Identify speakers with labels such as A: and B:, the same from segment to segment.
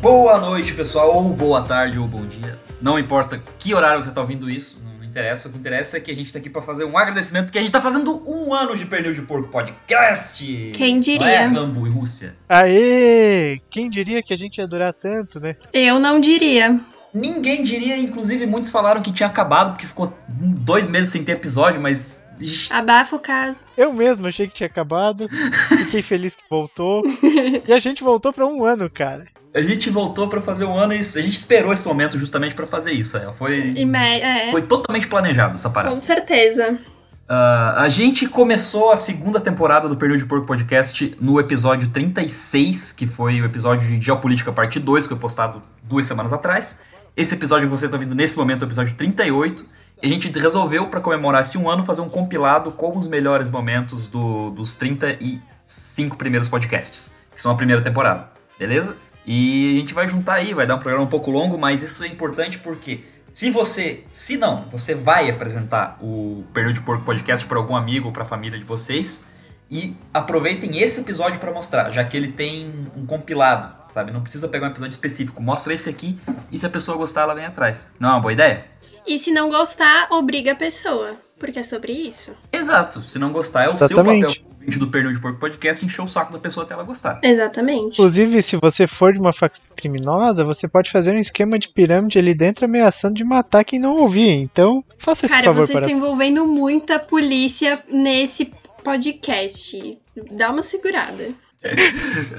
A: Boa noite, pessoal, ou boa tarde, ou bom dia. Não importa que horário você está ouvindo isso, não interessa. O que interessa é que a gente está aqui para fazer um agradecimento, porque a gente está fazendo um ano de Pernil de Porco Podcast!
B: Quem diria?
A: Não é, Rambo, em Rússia.
C: Aê! Quem diria que a gente ia durar tanto, né?
B: Eu não diria.
A: Ninguém diria, inclusive muitos falaram que tinha acabado, porque ficou um, dois meses sem ter episódio, mas...
B: Abafa o caso.
C: Eu mesmo achei que tinha acabado, fiquei feliz que voltou. e a gente voltou pra um ano, cara.
A: A gente voltou pra fazer um ano e a gente esperou esse momento justamente pra fazer isso. é. Foi,
B: E me- é,
A: foi totalmente planejado essa parada.
B: com certeza.
A: Ah, a gente começou a segunda temporada do Pernil de Porco Podcast no episódio 36, que foi o episódio de Geopolítica Parte 2, que foi postado duas semanas atrás. Esse episódio que você está vendo nesse momento é o episódio 38. E a gente resolveu, para comemorar esse um ano, fazer um compilado com os melhores momentos do- dos 35 primeiros podcasts, que são a primeira temporada, beleza? E a gente vai juntar aí, vai dar um programa um pouco longo, mas isso é importante porque se você, se não, você vai apresentar o Pernil de Porco Podcast para algum amigo ou para a família de vocês e aproveitem esse episódio para mostrar, já que ele tem um compilado, sabe? Não precisa pegar um episódio específico, mostra esse aqui e se a pessoa gostar, ela vem atrás. Não é uma boa ideia?
B: E se não gostar, obriga a pessoa. Porque é sobre isso.
A: Exato. Se não gostar, é o
C: Exatamente.
A: seu papel como ouvinte do Pernil de Porco Podcast encher o saco da pessoa até ela gostar.
B: Exatamente.
C: Inclusive, se você for de uma facção criminosa, você pode fazer um esquema de pirâmide ali dentro ameaçando de matar quem não ouvir. Então, faça esse
B: Cara,
C: favor
B: vocês
C: para
B: estão envolvendo muita polícia nesse podcast. Dá uma segurada.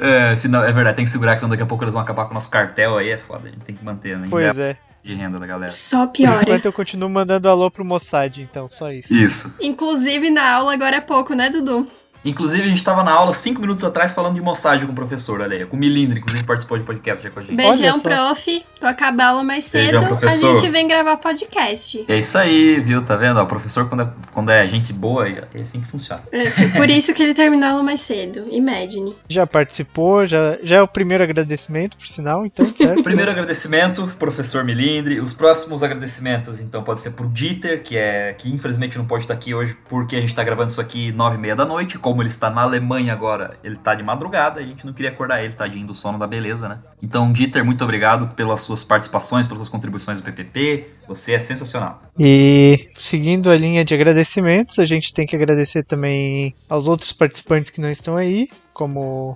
A: É, se não, é verdade, tem que segurar, que senão daqui a pouco eles vão acabar com o nosso cartel aí, é foda. A gente tem que manter, né?
C: Pois é.
A: De renda da galera.
B: Só
C: Por
B: piora.
C: enquanto eu continuo mandando alô pro Mossad, então, só isso.
A: Isso.
B: Inclusive na aula agora é pouco, né, Dudu?
A: Inclusive, a gente tava na aula cinco minutos atrás falando de Mossad com o professor, olha aí. Com o Milindre, inclusive, participou de podcast já com a gente.
B: Beijão,
C: só.
B: prof. Tu acaba a aula mais
A: Beijão,
B: cedo, a
A: professor.
B: gente vem gravar podcast.
A: É isso aí, viu? Tá vendo? Ó, O professor, quando é, quando é gente boa, é assim que funciona.
B: É, foi por isso que ele terminou a aula mais cedo. Imagine.
C: Já participou, já, já é o primeiro agradecimento, por sinal, então, certo?
A: Primeiro agradecimento, professor Milindre. Os próximos agradecimentos, então, pode ser pro Dieter, que é que infelizmente não pode estar aqui hoje, porque a gente tá gravando isso aqui nove e meia da noite. Como ele está na Alemanha agora, ele tá de madrugada, a gente não queria acordar ele, tadinho do sono da beleza, né? Então, Dieter, muito obrigado pelas suas participações, pelas suas contribuições do PPP. Você é sensacional.
C: E seguindo a linha de agradecimentos, a gente tem que agradecer também aos outros participantes que não estão aí, como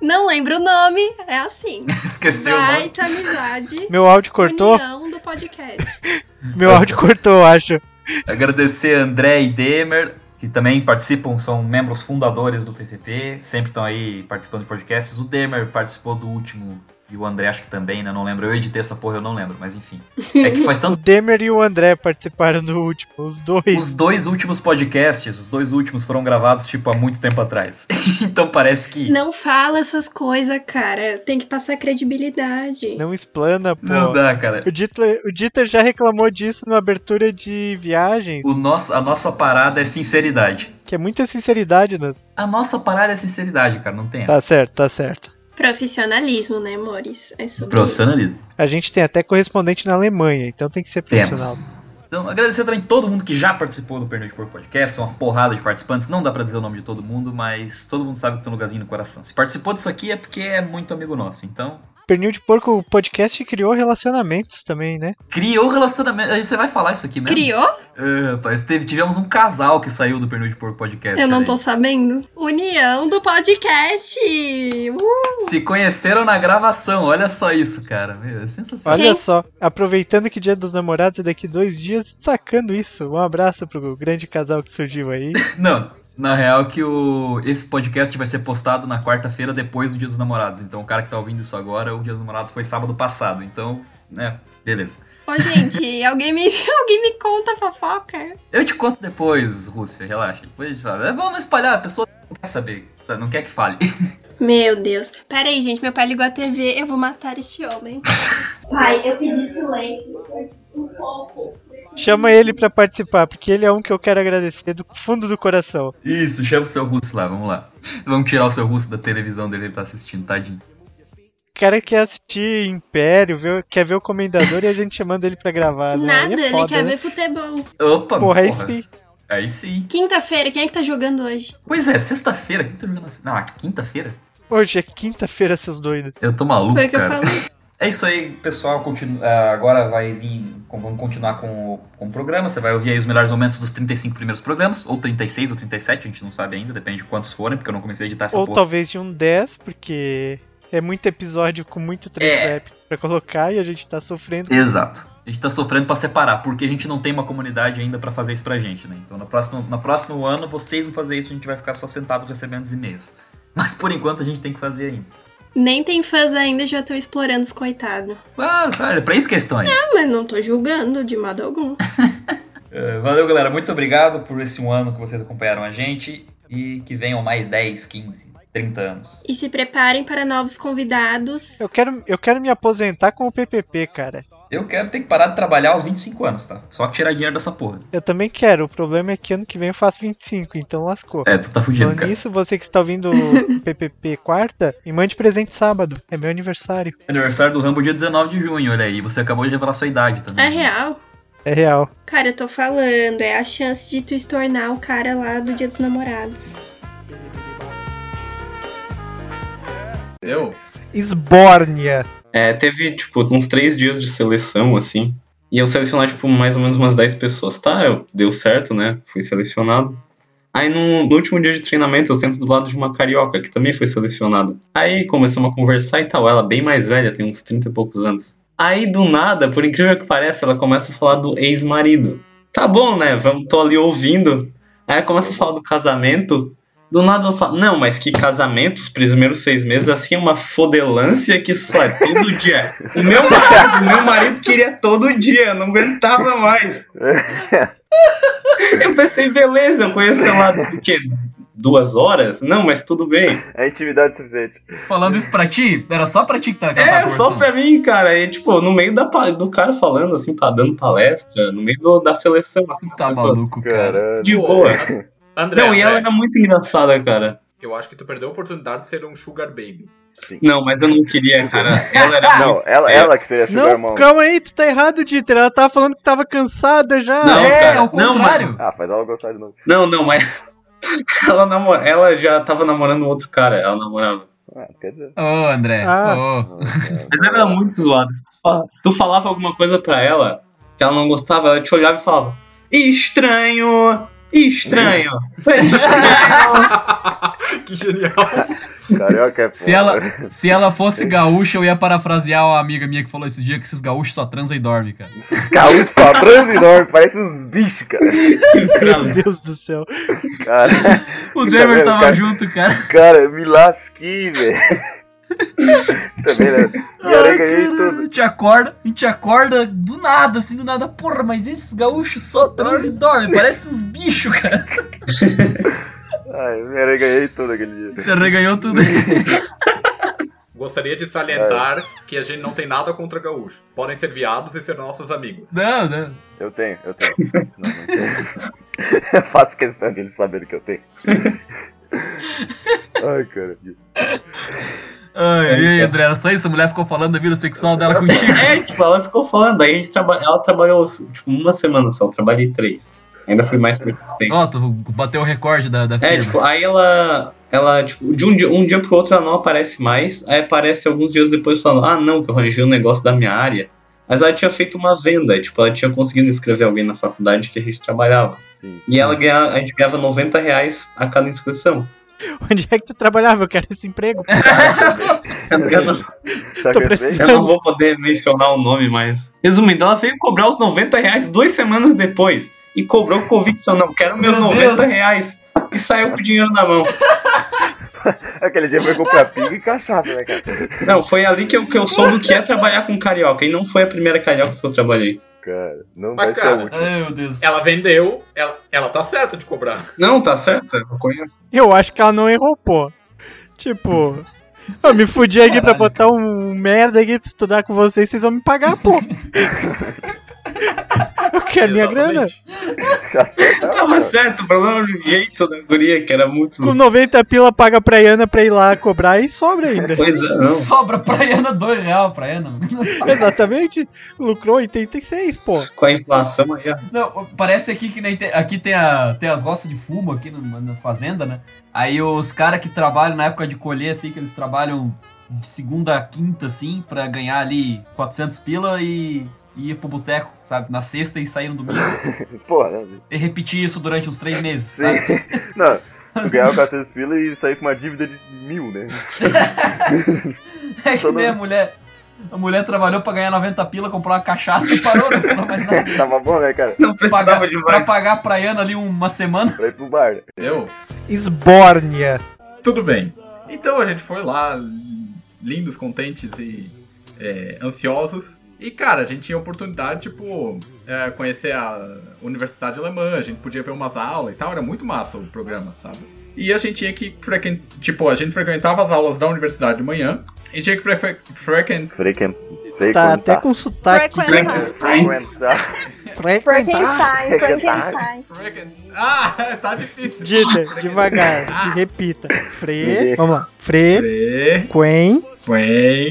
B: Não lembro o nome, é assim.
A: Esqueceu o nome.
B: Baita amizade.
C: meu áudio cortou,
B: União do podcast.
C: meu áudio cortou, eu acho.
A: Agradecer a André e Demer, que também participam, são membros fundadores do PPP, sempre estão aí participando de podcasts. O Demer participou do último e o André acho que também, né? Não lembro. Eu editei essa porra, eu não lembro, mas enfim. É que faz
C: O
A: tanto.
C: Demer e o André participaram do último, os dois.
A: Os dois últimos podcasts, os dois últimos foram gravados, tipo, há muito tempo atrás. então parece que.
B: Não fala essas coisas, cara. Tem que passar credibilidade.
C: Não explana, pô.
A: Não dá, cara.
C: O Dieter, o Dieter já reclamou disso na abertura de viagens,
A: O nosso, a nossa parada é sinceridade.
C: que é muita sinceridade. Nas...
A: A nossa parada é sinceridade, cara, não tem
C: Tá
A: essa.
C: certo, tá certo.
B: Profissionalismo, né, amores? É sobre
A: Profissionalismo.
C: A gente tem até correspondente na Alemanha, então tem que ser profissional.
A: Temos. Então, agradecer também todo mundo que já participou do Pernil de Porco Podcast, são uma porrada de participantes, não dá pra dizer o nome de todo mundo, mas todo mundo sabe que tem um lugarzinho no coração. Se participou disso aqui é porque é muito amigo nosso, então...
C: Pernil de Porco, o podcast criou relacionamentos também, né?
A: Criou relacionamento... Aí você vai falar isso aqui
B: isso.
A: mesmo?
B: Criou?
A: É, rapaz, teve, tivemos um casal que saiu do Pernil de Porco Podcast.
B: Eu não
A: olha
B: tô
A: aí.
B: sabendo. União do podcast. Uh,
A: Se conheceram na gravação, olha só isso, cara. Meu, é sensacional.
C: Olha
B: Quem?
C: só, aproveitando que Dia dos Namorados é daqui dois dias, sacando isso. Um abraço pro grande casal que surgiu aí.
A: Não, na real que o esse podcast vai ser postado na quarta-feira depois do Dia dos Namorados. Então o cara que tá ouvindo isso agora, o Dia dos Namorados foi sábado passado. Então, né, beleza.
B: Ô, gente, alguém me, alguém me conta a fofoca?
A: Eu te conto depois, Rússia, relaxa. Depois a gente fala. É bom não espalhar, a pessoa não quer saber, sabe, não quer que fale.
B: Meu Deus. Pera aí, gente, meu pai ligou a TV. Eu vou matar este homem.
D: Pai, eu pedi silêncio um pouco.
C: Chama ele pra participar, porque ele é um que eu quero agradecer do fundo do coração.
A: Isso, chama o seu Russo lá, vamos lá. Vamos tirar o seu Russo da televisão dele, ele tá assistindo, tadinho.
C: O cara quer assistir Império, vê- quer ver o Comendador e a gente chamando ele pra gravar. né? Aí
B: Nada,
C: é
B: ele
C: foda,
B: quer
C: né?
B: ver futebol.
A: Opa,
C: Porra, aí
A: porra.
C: sim.
A: Aí sim.
B: Quinta-feira, quem é que tá jogando hoje?
A: Pois é, sexta-feira, quem tá jogando assim? Não, quinta-feira?
C: Hoje é quinta-feira, seus doidos.
A: Eu tô Tá maluco,
B: Foi o que eu
A: cara.
B: falei.
A: É isso aí, pessoal. Continu- ah, agora vai vir. com- Vamos continuar com o, com o programa. Você vai ouvir aí os melhores momentos dos 35 primeiros programas, ou 36 ou 37, a gente não sabe ainda, depende de quantos forem, porque eu não comecei a editar essa
C: Ou
A: porra.
C: talvez de um 10, porque é muito episódio com muito
A: É.
C: trap pra colocar e a gente tá sofrendo.
A: Exato. A gente tá sofrendo pra separar, porque a gente não tem uma comunidade ainda pra fazer isso pra gente, né? Então, no próximo, no próximo ano, vocês vão fazer isso, a gente vai ficar só sentado recebendo os e-mails. Mas por enquanto a gente tem que fazer ainda.
B: Nem tem fãs ainda, já estão explorando os coitados.
A: Claro, claro, é pra isso que eles estão aí.
B: Ah, mas não tô julgando de modo algum.
A: É, valeu, galera. Muito obrigado por esse um ano que vocês acompanharam a gente. E que venham mais 10, 15, 30 anos.
B: E se preparem para novos convidados.
C: Eu quero, eu quero me aposentar com o PPP, cara.
A: Eu quero ter que parar de trabalhar aos 25 anos, tá? Só tirar dinheiro dessa porra.
C: Eu também quero. O problema é que ano que vem eu faço 25, então lascou.
A: É, tu tá fudido,
C: Falando
A: cara.
C: nisso, você que está ouvindo o PPP quarta, me mande presente sábado. É meu aniversário.
A: Aniversário do Rambo dia 19 de junho, olha aí. Você acabou de revelar sua idade também.
B: É real.
C: É real.
B: Cara, eu tô falando, é a chance de tu se tornar o cara lá do Dia dos Namorados.
E: Entendeu?
C: Esbórnia.
E: É, teve, tipo, uns três dias de seleção, assim. E eu selecionar, tipo, mais ou menos umas 10 pessoas. Tá, eu, deu certo, né? Fui selecionado. Aí no, no último dia de treinamento eu sento do lado de uma carioca que também foi selecionada. Aí começamos a conversar e tal. Ela bem mais velha, tem uns 30 e poucos anos. Aí do nada, por incrível que pareça, ela começa a falar do ex-marido. Tá bom, né? Vamos, tô ali ouvindo. Aí ela começa a falar do casamento. Do nada ela fala, não, mas que casamento, os primeiros seis meses, assim, é uma fodelância que só é todo dia. O meu marido, o meu marido queria todo dia, eu não aguentava mais. Eu pensei, beleza, eu conheço ela do quê? Duas horas? Não, mas tudo bem.
F: É intimidade suficiente.
A: Falando isso pra ti, era só pra ti que tava
E: É, só pra mim, cara. E, tipo, no meio da, pa- do cara falando, assim, tá dando palestra, no meio do- da seleção, assim, das
A: Tá
E: pessoas.
A: maluco, cara.
F: Caralho.
E: De boa.
G: André,
E: Não, e ela
G: André,
E: era muito engraçada, cara.
G: eu acho que tu perdeu a oportunidade de ser um sugar baby.
E: Não, mas eu não queria, cara. Ela era
F: Não, ela, ela que seria
C: Não,
F: sugar mom.
C: calma aí, tu tá errado, Dieter. Ela tava falando que tava cansada já.
E: Não,
A: é,
E: cara.
A: é o
E: Não,
A: contrário.
F: Ah, faz ela gostar de novo.
E: Não, não, mas. Ela, namo... ela já tava namorando outro cara, ela namorava.
F: Ah, quer dizer.
A: Ô, André.
C: Ah.
A: ô.
E: Mas ela era muito zoada. Se tu, fala- se tu falava alguma coisa pra ela que ela não gostava, ela te olhava e falava: Estranho! Estranho!
G: que genial.
F: Carioca é
A: Se
F: foda.
A: ela, se ela fosse gaúcha, eu ia parafrasear uma amiga minha que falou esses dias que esses gaúchos só transam e dormem, cara.
F: Esses gaúchos só transam enorme, parece uns bichos, cara.
C: Meu Deus do céu.
F: Cara,
A: O
F: Tá
A: Demer
F: vendo,
A: tava
F: cara?
A: junto, cara.
F: cara, me lasquei, velho. Também, né? E
A: Ai,
F: aranha ganhei
A: cara,
F: tudo.
A: A gente acorda, a gente acorda do nada, assim, do nada. Porra, mas esses gaúchos só transam e dormem, parece uns bichos, cara.
F: Ai, me aranha ganhei tudo aquele dia.
A: Você reganhou tudo.
G: Gostaria de salientar
F: É.
G: que a gente não tem nada contra gaúcho. Podem ser viados e ser nossos amigos.
A: Não, não.
F: Eu tenho, eu tenho. Não, não tenho. Eu faço questão deles saberem que eu tenho. Ai, cara.
A: Ai, e aí, André, era só isso? A mulher ficou falando da vida sexual dela contigo?
E: é, tipo, ela ficou falando. Aí a gente traba... ela trabalhou, tipo, uma semana só, eu trabalhei três. Ainda fui mais persistente.
A: Ó, tu bateu o recorde da, da
E: É,
A: firma.
E: tipo, aí ela. Ela, tipo, de um dia, um dia pro outro ela não aparece mais. Aí aparece alguns dias depois falando, ah não, que eu arranjei um negócio da minha área. Mas ela tinha feito uma venda, tipo, ela tinha conseguido inscrever alguém na faculdade que a gente trabalhava.
F: Sim.
E: E ela ganha- a gente ganhava 90 reais a cada inscrição.
C: Onde é que tu trabalhava? Eu quero esse emprego.
E: É Eu não,
F: Só
C: Tô
F: que eu sei,
E: eu não vou poder mencionar o nome, mas. Resumindo, ela veio cobrar os 90 reais duas semanas depois. E cobrou com convicção, não, quero meus
A: Meu
E: 90
A: Deus.
E: reais. E saiu com o dinheiro na mão.
F: aquele dia foi comprar pinga e cachaça, né, cara?
E: Não, foi ali que eu, que eu soube o que é trabalhar com carioca. E não foi a primeira carioca que eu trabalhei.
F: Cara, não
G: Mas,
F: vai ser
G: cara,
F: a última.
A: Ai, meu Deus.
G: Ela vendeu, ela, ela tá certa de cobrar.
E: Não, tá certo? Eu conheço.
C: Eu acho que ela não errou, pô. Tipo, eu me fudi aqui pra
A: Caralho.
C: botar um merda aqui pra estudar com vocês, vocês vão me pagar, pô. Eu quero minha grana.
G: Exatamente.
F: Já sei, tá,
E: Tava certo, o problema era o jeito da guria, que era muito.
H: Com 90 pila paga pra Iana pra ir lá cobrar e sobra ainda.
E: Pois é, não.
A: Sobra pra Iana dois real, pra Iana.
H: Exatamente. Lucrou 86, pô.
E: Com a inflação aí, ó.
A: Não, parece aqui que nem tem- aqui tem, a, tem as roças de fumo aqui no- na fazenda, né? Aí os caras que trabalham na época de colher, assim, que eles trabalham de segunda a quinta, assim, pra ganhar ali 400 pila e, e ir pro boteco, sabe? Na sexta e sair no domingo.
F: Porra, né?
A: E repetir isso durante uns três meses,
F: Sim.
A: sabe?
F: Não, tu ganhava 400 pila e sair com uma dívida de mil, né?
A: É que nem a mulher. A mulher trabalhou pra ganhar 90 pila, comprou uma cachaça e parou, não precisava mais nada.
F: Tava bom, né, cara?
E: Não precisava
A: Pagar,
E: de
A: pra
E: mais.
A: pagar pra Iana ali uma semana.
F: Pra ir pro bar. né?
G: Eu?
H: Esbórnia.
G: Tudo bem. Então a gente foi lá, lindos, contentes e é, ansiosos. E, cara, a gente tinha oportunidade, tipo, é, conhecer a Universidade Alemã, a gente podia ver umas aulas e tal, era muito massa o programa, sabe? E a gente tinha que frequen... tipo, a gente frequentava as aulas da universidade de manhã e tinha que frequen... frequen...
F: Frequen... Frequen...
H: Tá até com sotaque.
E: Frankenstein.
F: Frequentar.
C: Tá?
H: Frequentar.
I: Frankenstein, Frankenstein.
G: frequen... Ah, tá difícil. Ah.
H: Dita, devagar. E repita. Fre. Vamos lá. Fre.
G: Fre...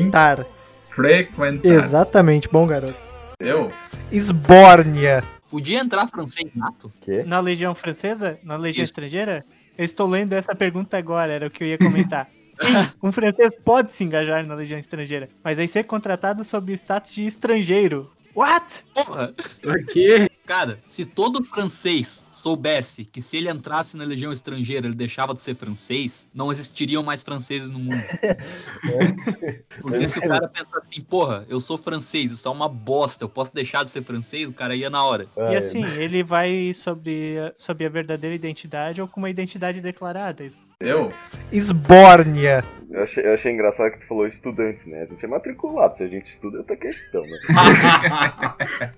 H: Quentar.
G: Fren... Frequentar.
H: Exatamente, bom garoto.
G: Entendeu?
H: Esbórnia.
J: Podia entrar francês nato?
F: Quê?
H: Na Legião Francesa? Na Legião
J: Isso.
H: Estrangeira? Eu estou lendo essa pergunta agora, era o que eu ia comentar. Sim, um francês pode se engajar na Legião Estrangeira, mas aí ser contratado sob o status de estrangeiro. What?
J: Porra!
K: Pra quê?
J: Cara, se todo francês soubesse que se ele entrasse na legião estrangeira ele deixava de ser francês, não existiriam mais franceses no mundo. Porque se o cara pensar assim, porra, eu sou francês, isso é uma bosta, eu posso deixar de ser francês, o cara ia na hora.
H: É,
K: Ai,
C: E assim,
H: né?
C: ele vai sobre, sobre a verdadeira identidade ou com uma identidade declarada.
G: Entendeu?
H: Esbórnia.
F: Eu achei, eu achei engraçado que tu falou estudante, né? A gente é matriculado. Se a gente estuda, eu tô questão, né?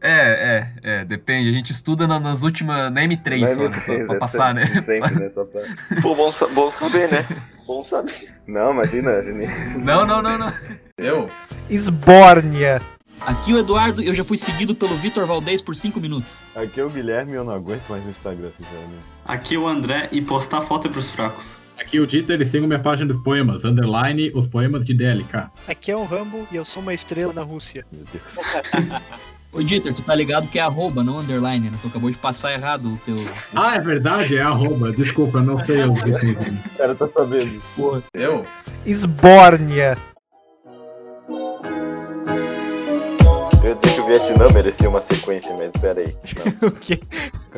L: É, é, é, depende. A gente estuda na- nas últimas. na M3
F: Não é
L: só, né,
F: muito-
L: pra, pra
F: é
L: passar, né?
F: sempre- Sempre, né? Só pra...
M: Pô, bom, sa- bom saber, né? Bom saber.
F: Não, imagina, imagina.
L: Não, não, não, não.
G: Entendeu?
H: Esbórnia.
J: Aqui é o Eduardo, eu já fui seguido pelo Vitor Valdez por 5 minutos.
C: Aqui é o Guilherme e eu não aguento mais o Instagram, sinceramente.
E: Aqui é o André e postar foto é pros fracos.
K: Aqui é o Dieter, ele segue minha página dos poemas, underline os poemas de DLK.
C: Aqui é o Rambo e eu sou uma estrela na Rússia.
F: Meu Deus.
J: Ô Dieter, tu tá ligado que é arroba, não underline, né? Tu acabou de passar errado o teu.
K: Ah, é verdade? É arroba. Desculpa, não sei eu.
F: O cara tá sabendo.
G: Entendeu?
H: Esbórnia.
F: Eu ia dizer que o Vietnã merecia uma sequência, mas pera aí. Não.
C: O quê?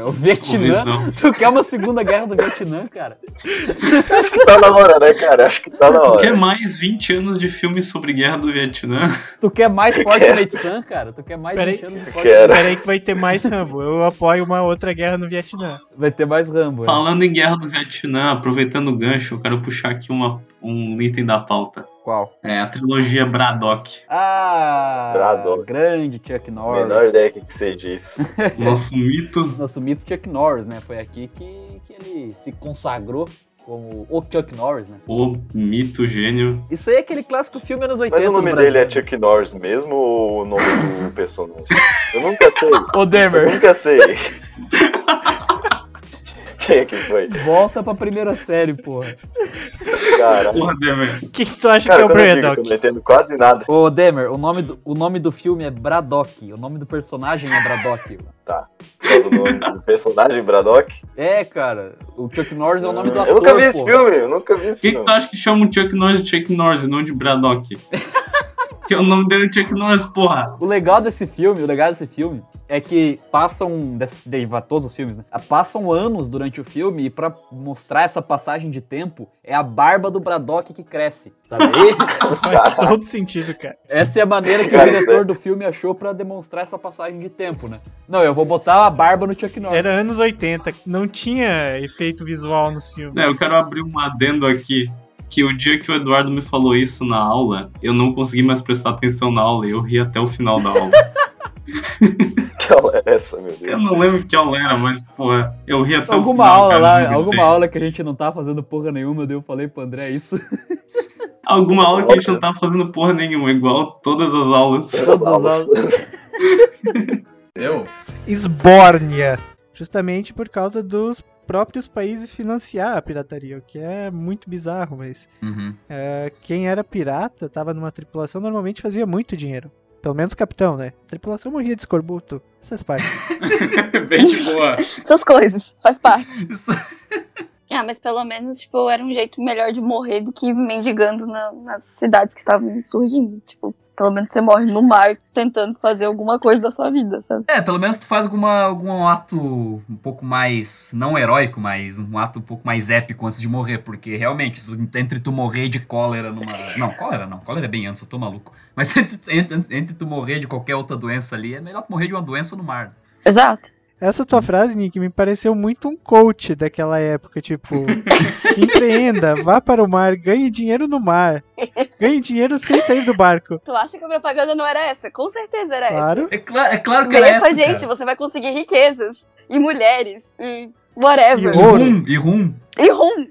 A: O Vietnã?
E: Não.
A: Tu quer uma segunda guerra do Vietnã, cara?
F: Tá na hora, né, cara? Acho que tá na hora.
E: Quer mais 20 anos de filmes sobre guerra do Vietnã?
A: Tu quer mais Fortnite Sun, cara? Tu quer mais
C: Peraí.
A: 20 anos de
F: Quero.
C: Pera aí que vai ter mais Rambo. Eu apoio uma outra guerra no Vietnã.
A: Vai ter mais Rambo. né?
E: Falando em guerra do Vietnã, aproveitando o gancho, eu quero puxar aqui uma, um item da pauta.
L: Qual?
E: É a trilogia Braddock.
A: Ah,
F: Brado.
A: grande Chuck Norris.
F: Menor ideia do que você disse.
E: Nosso mito.
A: Nosso mito Chuck Norris, né? Foi aqui que, que ele se consagrou como o Chuck Norris, né?
E: O mito gênio
A: Isso aí é aquele clássico filme anos 80
F: Mas o nome
A: do
F: dele
A: Brasil.
F: é Chuck Norris mesmo ou o nome do personagem? Eu nunca sei.
A: Ô,
F: Eu
A: Demer,
F: nunca sei. Quem é que foi?
A: volta pra primeira série, porra.
F: Cara,
E: Porra, Demer.
C: O que, que tu acha que é
F: cara
C: o
F: quando eu digo,
C: Braddock?
F: que eu não entendo quase nada.
A: Ô, Demer, o nome, do, o nome do filme é Braddock. O nome do personagem é Braddock.
F: por causa do nome do personagem Braddock.
A: É, cara. O Chuck Norris é o nome do ator,
F: eu nunca vi esse
A: porra.
F: filme, eu nunca vi
E: O que,
F: esse
E: que
F: filme.
E: tu acha que chama o Chuck Norris de Chuck Norris e não de Braddock? que o nome dele é Chuck Norris, porra.
A: O legal desse filme, o legal desse filme é que passam desses de todos os filmes, né? Passam anos durante o filme e pra mostrar essa passagem de tempo é a barba do Braddock que cresce, sabe? E
C: Faz todo sentido, cara.
A: essa é a maneira que o
F: Cara,
A: diretor do filme achou pra demonstrar essa passagem de tempo, né? Não, eu vou botar a barba no Chuck Norris.
C: Era anos 80, não tinha efeito visual nos filmes.
E: É, eu quero abrir um adendo aqui. Que o dia que o Eduardo me falou isso na aula, eu não consegui mais prestar atenção na aula e eu ri até o final da aula.
F: Que aula é essa, meu
E: eu
F: Deus?
E: não lembro que aula era, mas, porra, eu ri até
A: Alguma
E: o final.
A: aula
E: cara,
A: lá,
E: eu gritei.
A: alguma aula que a gente não tá fazendo porra nenhuma, daí eu falei pro André isso.
E: Alguma aula que a gente tá não tava fazendo porra nenhuma, igual todas as aulas.
A: Todas as aulas.
G: Eu?
C: Esbórnia. Justamente por causa dos próprios países financiar a pirataria, o que é muito bizarro, mas
A: Uhum.
C: é, quem era pirata, tava numa tripulação, normalmente fazia muito dinheiro. Pelo menos capitão, né? tripulação morria de escorbuto. Essas partes.
G: Bem de boa.
D: Essas coisas, faz parte. Ah, mas pelo menos, tipo, era um jeito melhor de morrer do que mendigando na- nas cidades que estavam surgindo. Tipo, pelo menos você morre no mar tentando fazer alguma coisa da sua vida, sabe?
A: É, pelo menos tu faz alguma, algum ato um pouco mais, não heróico, mas um ato um pouco mais épico antes de morrer, porque realmente, isso- entre tu morrer de cólera numa. Não, cólera não, cólera é bem antes, eu tô maluco. Mas entre, entre, entre tu morrer de qualquer outra doença ali, é melhor tu morrer de uma doença no mar.
D: Exato.
C: Essa tua frase, Nick, me pareceu muito um coach daquela época, tipo, empreenda, vá para o mar, ganhe dinheiro no mar. Ganhe dinheiro sem sair do barco.
D: Tu acha que a propaganda não era essa? Com certeza era
C: Claro.
D: essa.
A: É, é claro
D: Venha com a gente, você vai conseguir riquezas e mulheres e
A: E
D: whatever.
A: rum, e rum.
D: E rum.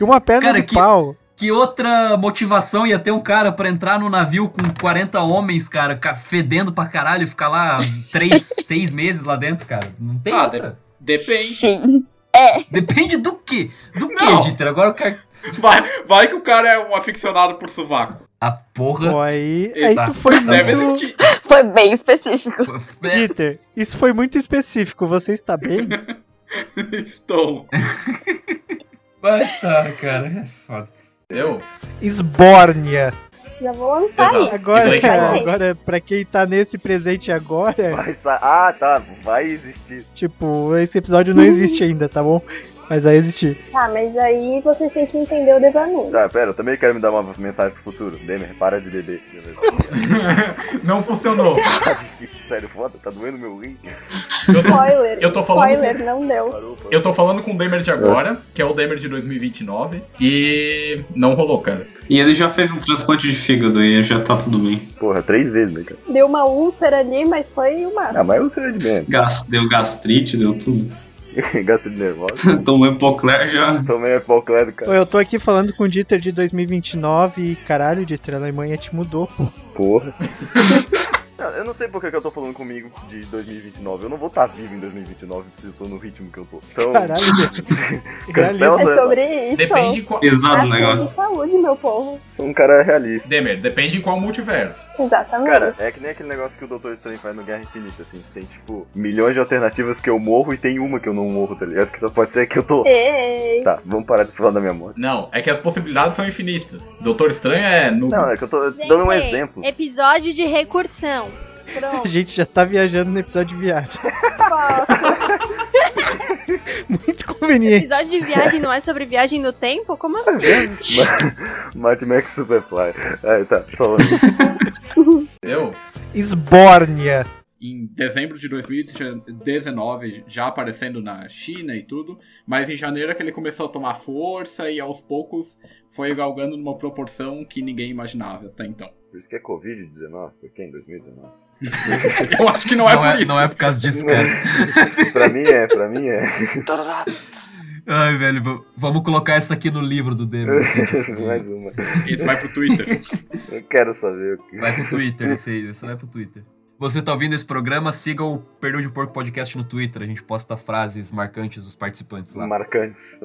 C: E uma perna
A: de
C: pau.
A: Que outra motivação ia ter um cara pra entrar no navio com 40 homens, cara, ca- fedendo pra caralho e ficar lá 3, 6 meses lá dentro, cara? Não tem
G: Ah,
A: outra.
G: Depende.
D: Sim. É.
A: Depende do quê? Do quê, Dieter? Agora o cara.
G: Vai, vai que o cara é um aficionado por sovaco.
A: A porra. é
C: Pô, aí, aí tu foi
G: Deve
C: muito...
G: existir.
D: Foi bem específico.
C: Dieter, isso foi muito específico, você está bem?
G: Estou.
A: Mas tá, cara. É foda.
G: Eu?
C: Esbórnia.
B: Já vou lançar aí.
C: Agora, cara,
B: Vai.
C: agora, pra quem tá nesse presente agora,
F: Vai sa- Ah, tá, vai existir.
C: tipo, esse episódio não existe ainda, tá bom? Mas vai existir.
B: Tá, mas aí vocês têm que entender o devaneio.
F: Ah, pera, eu também quero me dar uma mensagem pro futuro. Demer, para de beber.
G: Não funcionou.
F: Tá difícil, sério, foda, tá doendo meu rim.
B: Spoiler.
G: eu tô falando-
B: Spoiler, não deu.
G: Eu tô falando com o Demer de agora, que é o Demer de 2029, e não rolou, cara.
E: E ele já fez um transplante de fígado e já tá tudo bem.
F: Porra, três vezes, né, cara?
B: Deu uma úlcera ali, mas foi o máximo.
F: mas eu sei de mesmo.
E: Gas- deu gastrite, deu tudo.
F: Gastrite nervosa.
E: Tomou Epocler já.
F: Tomei Epocler,
C: Pô,
F: cara.
C: eu tô aqui falando com o Dieter de 2029 e caralho, Dieter, a Alemanha te mudou, pô.
F: Porra. Não, Ah, Eu não sei porque que eu tô falando comigo de 2029. Eu não vou estar vivo em 2029 se eu tô no ritmo que eu tô. Então.
C: Caralho,
F: Cancela né?
B: É
F: essa-
B: sobre isso.
G: Depende qual-
E: Pesado o
B: Assunto
E: negócio.
B: de saúde, meu povo.
F: Um cara realista.
G: Demer, depende em qual multiverso.
B: Exatamente.
F: Cara, é que nem aquele negócio que o Doutor Estranho faz no Guerra Infinita, assim. Tem, tipo, milhões de alternativas que eu morro e tem uma que eu não morro, tá ligado? Que só pode ser que eu tô.
B: Ei.
F: Tá, vamos parar de falar da minha morte.
G: Não, é que as possibilidades são infinitas. Doutor Estranho é no.
F: Não, é que eu tô dando um exemplo.
N: Episódio de recursão.
C: A
N: Pronto.
C: gente já tá viajando no episódio de viagem. Muito conveniente.
N: Episódio de viagem não é sobre viagem no tempo?
B: É
N: Como assim?
F: Mad Max Superfly. Ah, tá, só
G: Eu,
C: Esbórnia.
G: em dezembro de 2019, já aparecendo na China e tudo, mas em janeiro é que ele começou a tomar força e aos poucos foi galgando numa proporção que ninguém imaginava até então.
F: Por isso que é Covid-19, por que em 2019?
G: Eu acho que não é
A: Não
G: por
A: é-
G: isso.
A: não é por causa disso, cara.
F: pra mim é, pra mim é.
A: Ai, velho, v- vamos colocar isso aqui no livro do Demo.
F: Mais uma.
G: Isso vai pro Twitter.
F: Eu quero saber o que.
A: Vai pro Twitter, esse aí, esse vai é pro Twitter. Você tá ouvindo esse programa, siga o Perdão de Porco Podcast no Twitter. A gente posta frases marcantes dos participantes lá.
F: Marcantes.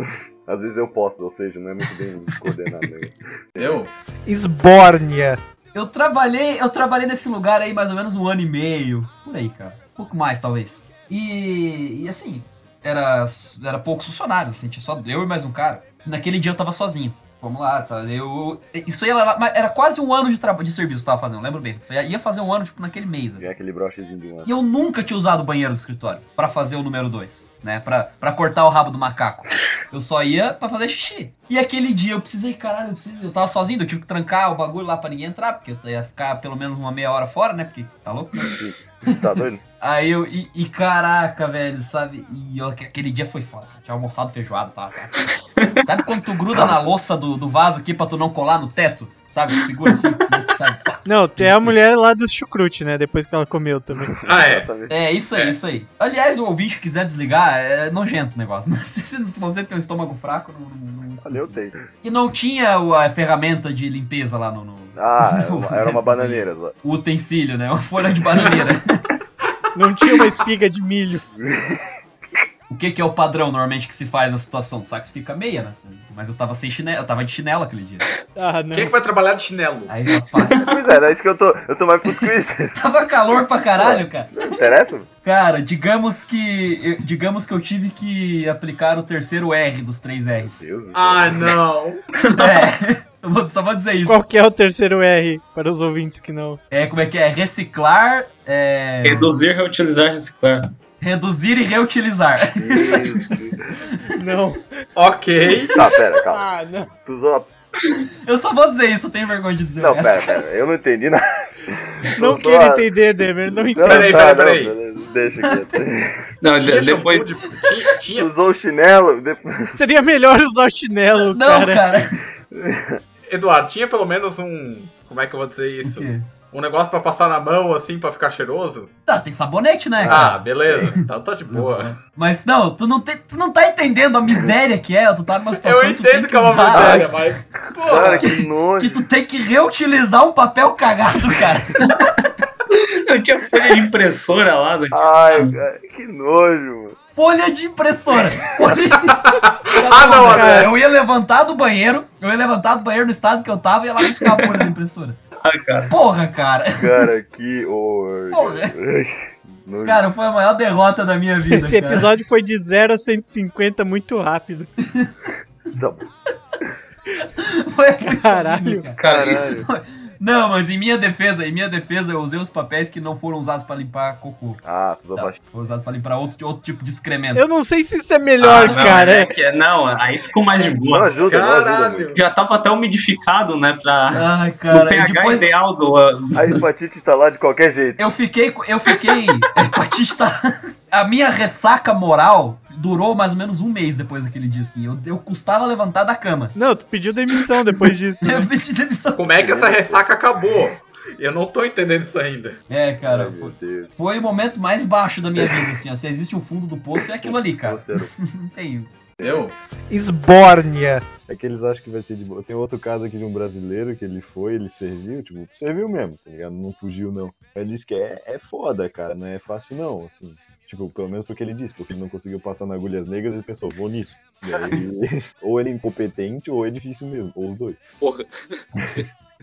F: Às vezes eu posto, ou seja, não é muito bem coordenado. Né?
G: Eu?
C: Esbórnia.
A: Eu trabalhei, eu trabalhei nesse lugar aí mais ou menos um ano e meio, por aí, cara. Um pouco mais, talvez. E, e assim, era, era poucos funcionários, assim, tinha só eu e mais um cara. Naquele dia eu tava sozinho. Vamos lá, tá? Eu, isso aí era, mas era quase um ano de, traba- de serviço que eu tava fazendo, lembro bem. Ia fazer um ano, tipo, naquele mês.
F: Já aquele brochezinho de um ano.
A: E eu nunca tinha usado o banheiro do escritório pra fazer o número 2, né? Pra, pra cortar o rabo do macaco. Eu só ia pra fazer xixi. E aquele dia eu precisei, caralho, eu, precisei, eu tava sozinho, eu tive que trancar o bagulho lá pra ninguém entrar, porque eu ia ficar pelo menos uma meia hora fora, né? Porque tá louco, né?
F: Tá doido?
A: Aí eu, e, e caraca, velho, sabe? E ó, que aquele dia foi foda. cara. Tinha almoçado feijoado, tá? Sabe quando tu gruda na louça do, do vaso aqui pra tu não colar no teto? Sabe? Tu segura assim, tu- sabe?
C: Não, tem a mulher lá do chucrute, né? Depois que ela comeu também.
G: Ah, é.
A: É, isso aí, isso aí. Aliás, o ouvinte que quiser desligar, é nojento o negócio. Se você- se você tem um estômago fraco, não. não- não-
F: Olha, eu tenho.
A: E não tinha o- a ferramenta de limpeza lá no. no
F: Ah,
A: no-
F: era uma, era uma bananeira só.
A: O utensílio, né? Uma folha de bananeira.
H: Não tinha uma espiga de milho.
A: O que, que é o padrão normalmente que se faz na situação? Sacrifica meia, né? Mas eu tava sem chinelo, eu tava de chinelo aquele dia.
H: Ah,
G: Quem é que vai trabalhar de chinelo?
A: Aí, rapaz.
C: Pois é, é isso que eu tô. Eu tô mais pros quiz.
A: Tava calor pra caralho, cara.
C: Não interessa?
A: Cara, digamos que. eu- Digamos que eu tive que aplicar o terceiro R dos três R's.
G: Ah, não.
A: É. Eu vou- só vou dizer isso.
H: Qual que é o terceiro R para os ouvintes que não?
A: É, como é que é? Reciclar, é...
E: Reduzir, reutilizar, reciclar.
A: reduzir e reutilizar.
H: Não.
G: Ok.
C: Tá, pera, calma.
H: Ah, não.
C: Tu usou a...
A: Eu só vou dizer isso, eu tenho vergonha de dizer
C: Não,
A: o resto.
C: pera, pera. Eu não entendi nada.
H: Não
C: Tu
H: quero
C: usou a-
H: entender, Demer. Não
C: Não,
H: entendo.
G: Peraí,
C: tá,
G: peraí,
C: não,
G: peraí.
C: beleza, Deixa aqui.
E: Não,
G: Tinha
E: de-
G: shampoo
E: depois.
G: de... Tinha,
C: Tu
G: tinha...
C: usou o chinelo, depois...
H: Seria melhor usar o chinelo,
A: Não,
H: cara.
A: cara.
G: Eduardo, tinha pelo menos um... Como é que eu vou dizer isso? Um negócio pra passar na mão, assim, pra ficar cheiroso?
A: Tá, tem sabonete, né, cara?
G: Ah, beleza. Então tá de boa.
A: Mas não, tu não, te- tu não tá entendendo a miséria que é, tu tá numa situação
G: Eu
A: que tu tem
G: entendo
A: que,
G: que é uma
A: usar,
G: vergonha, mas...
C: Cara,
G: Porra.
C: que
A: que
C: nojo.
A: tu tem que reutilizar um papel cagado, cara.
E: Eu tinha folha de impressora lá. né?
C: Ai, cara, que nojo, mano.
A: Folha de impressora. Folha de...
G: Ah, não,
A: cara.
G: André.
A: Eu ia levantar do banheiro, eu ia levantar do banheiro no estado que eu tava e ia lá buscar a folha da impressora.
E: Ah, cara.
A: Porra, cara.
C: Cara, que horror.
A: Porra.
C: cara. Nojo.
A: Cara, foi a maior derrota da minha vida,
H: Esse
A: cara.
H: episódio foi de 0 a 150 muito rápido.
C: Tá bom.
A: Foi muito
H: Caralho.
A: horrível, cara.
E: Cara, isso-
C: Caralho.
A: Não, mas em minha defesa, em minha defesa, eu usei os papéis que não foram usados pra limpar cocô.
C: Ah, tu usou
A: Tá,
C: baixinho.
A: Foi usado pra limpar outro, outro tipo de excremento.
H: Eu não sei se isso é melhor,
E: Ah, não,
H: cara.
E: é que- não, aí ficou mais de
C: Não
E: boa.
C: ajuda, não ajuda muito.
G: Caralho.
E: Já tava até umidificado, né? Pra.
A: Ai,
E: o
A: cara, e
E: pH
A: depois
E: ideal do. ah,
C: A hepatite tá lá de qualquer jeito.
A: eu fiquei. co- Eu fiquei. hepatite tá- A minha ressaca moral durou mais ou menos um mês depois daquele dia, assim. Eu, eu custava levantar da cama.
H: Não, tu pediu demissão depois disso. né?
A: Eu pedi demissão.
G: Como é que essa ressaca acabou? Eu não tô entendendo isso ainda.
A: É, cara,
C: Ai, meu Deus.
A: foi o momento mais baixo da minha vida, assim, ó. Se existe um fundo do poço, é aquilo ali, cara. Não tem.
G: Entendeu?
H: Esbórnia.
F: É que eles acham que vai ser de boa. Tem outro caso aqui de um brasileiro que ele foi, ele serviu, tipo, serviu mesmo, tá ligado? Não fugiu, não. Mas ele disse que é, é foda, cara, não é fácil não, assim. Tipo, pelo menos porque ele disse, porque ele não conseguiu passar na agulhas negras, ele pensou, vou nisso. E aí, ou ele é incompetente, ou é difícil mesmo, ou os dois.
O: Porra.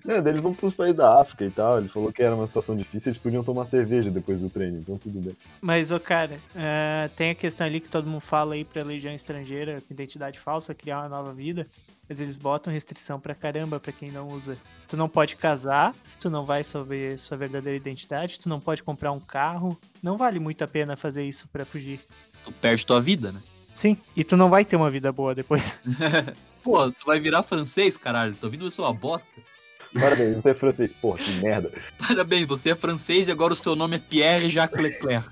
F: Não, daí eles vão pros países da África e tal, ele falou que era uma situação difícil, eles podiam tomar cerveja depois do treino, então tudo bem.
H: Mas, ô cara, ah, tem a questão ali que todo mundo fala aí pra legião estrangeira, identidade falsa, criar uma nova vida. Mas eles botam restrição pra caramba pra quem não usa. Tu não pode casar, se tu não vai sobre sua verdadeira identidade, tu não pode comprar um carro. Não vale muito a pena fazer isso pra fugir.
O: Tu perde tua vida, né?
H: Sim, e tu não vai ter uma vida boa depois.
O: Pô, tu vai virar francês, caralho. Tua vida vai ser uma bosta.
F: Parabéns, você é francês, porra, que merda.
O: Parabéns, você é francês e agora o seu nome é Pierre Jacques Leclerc.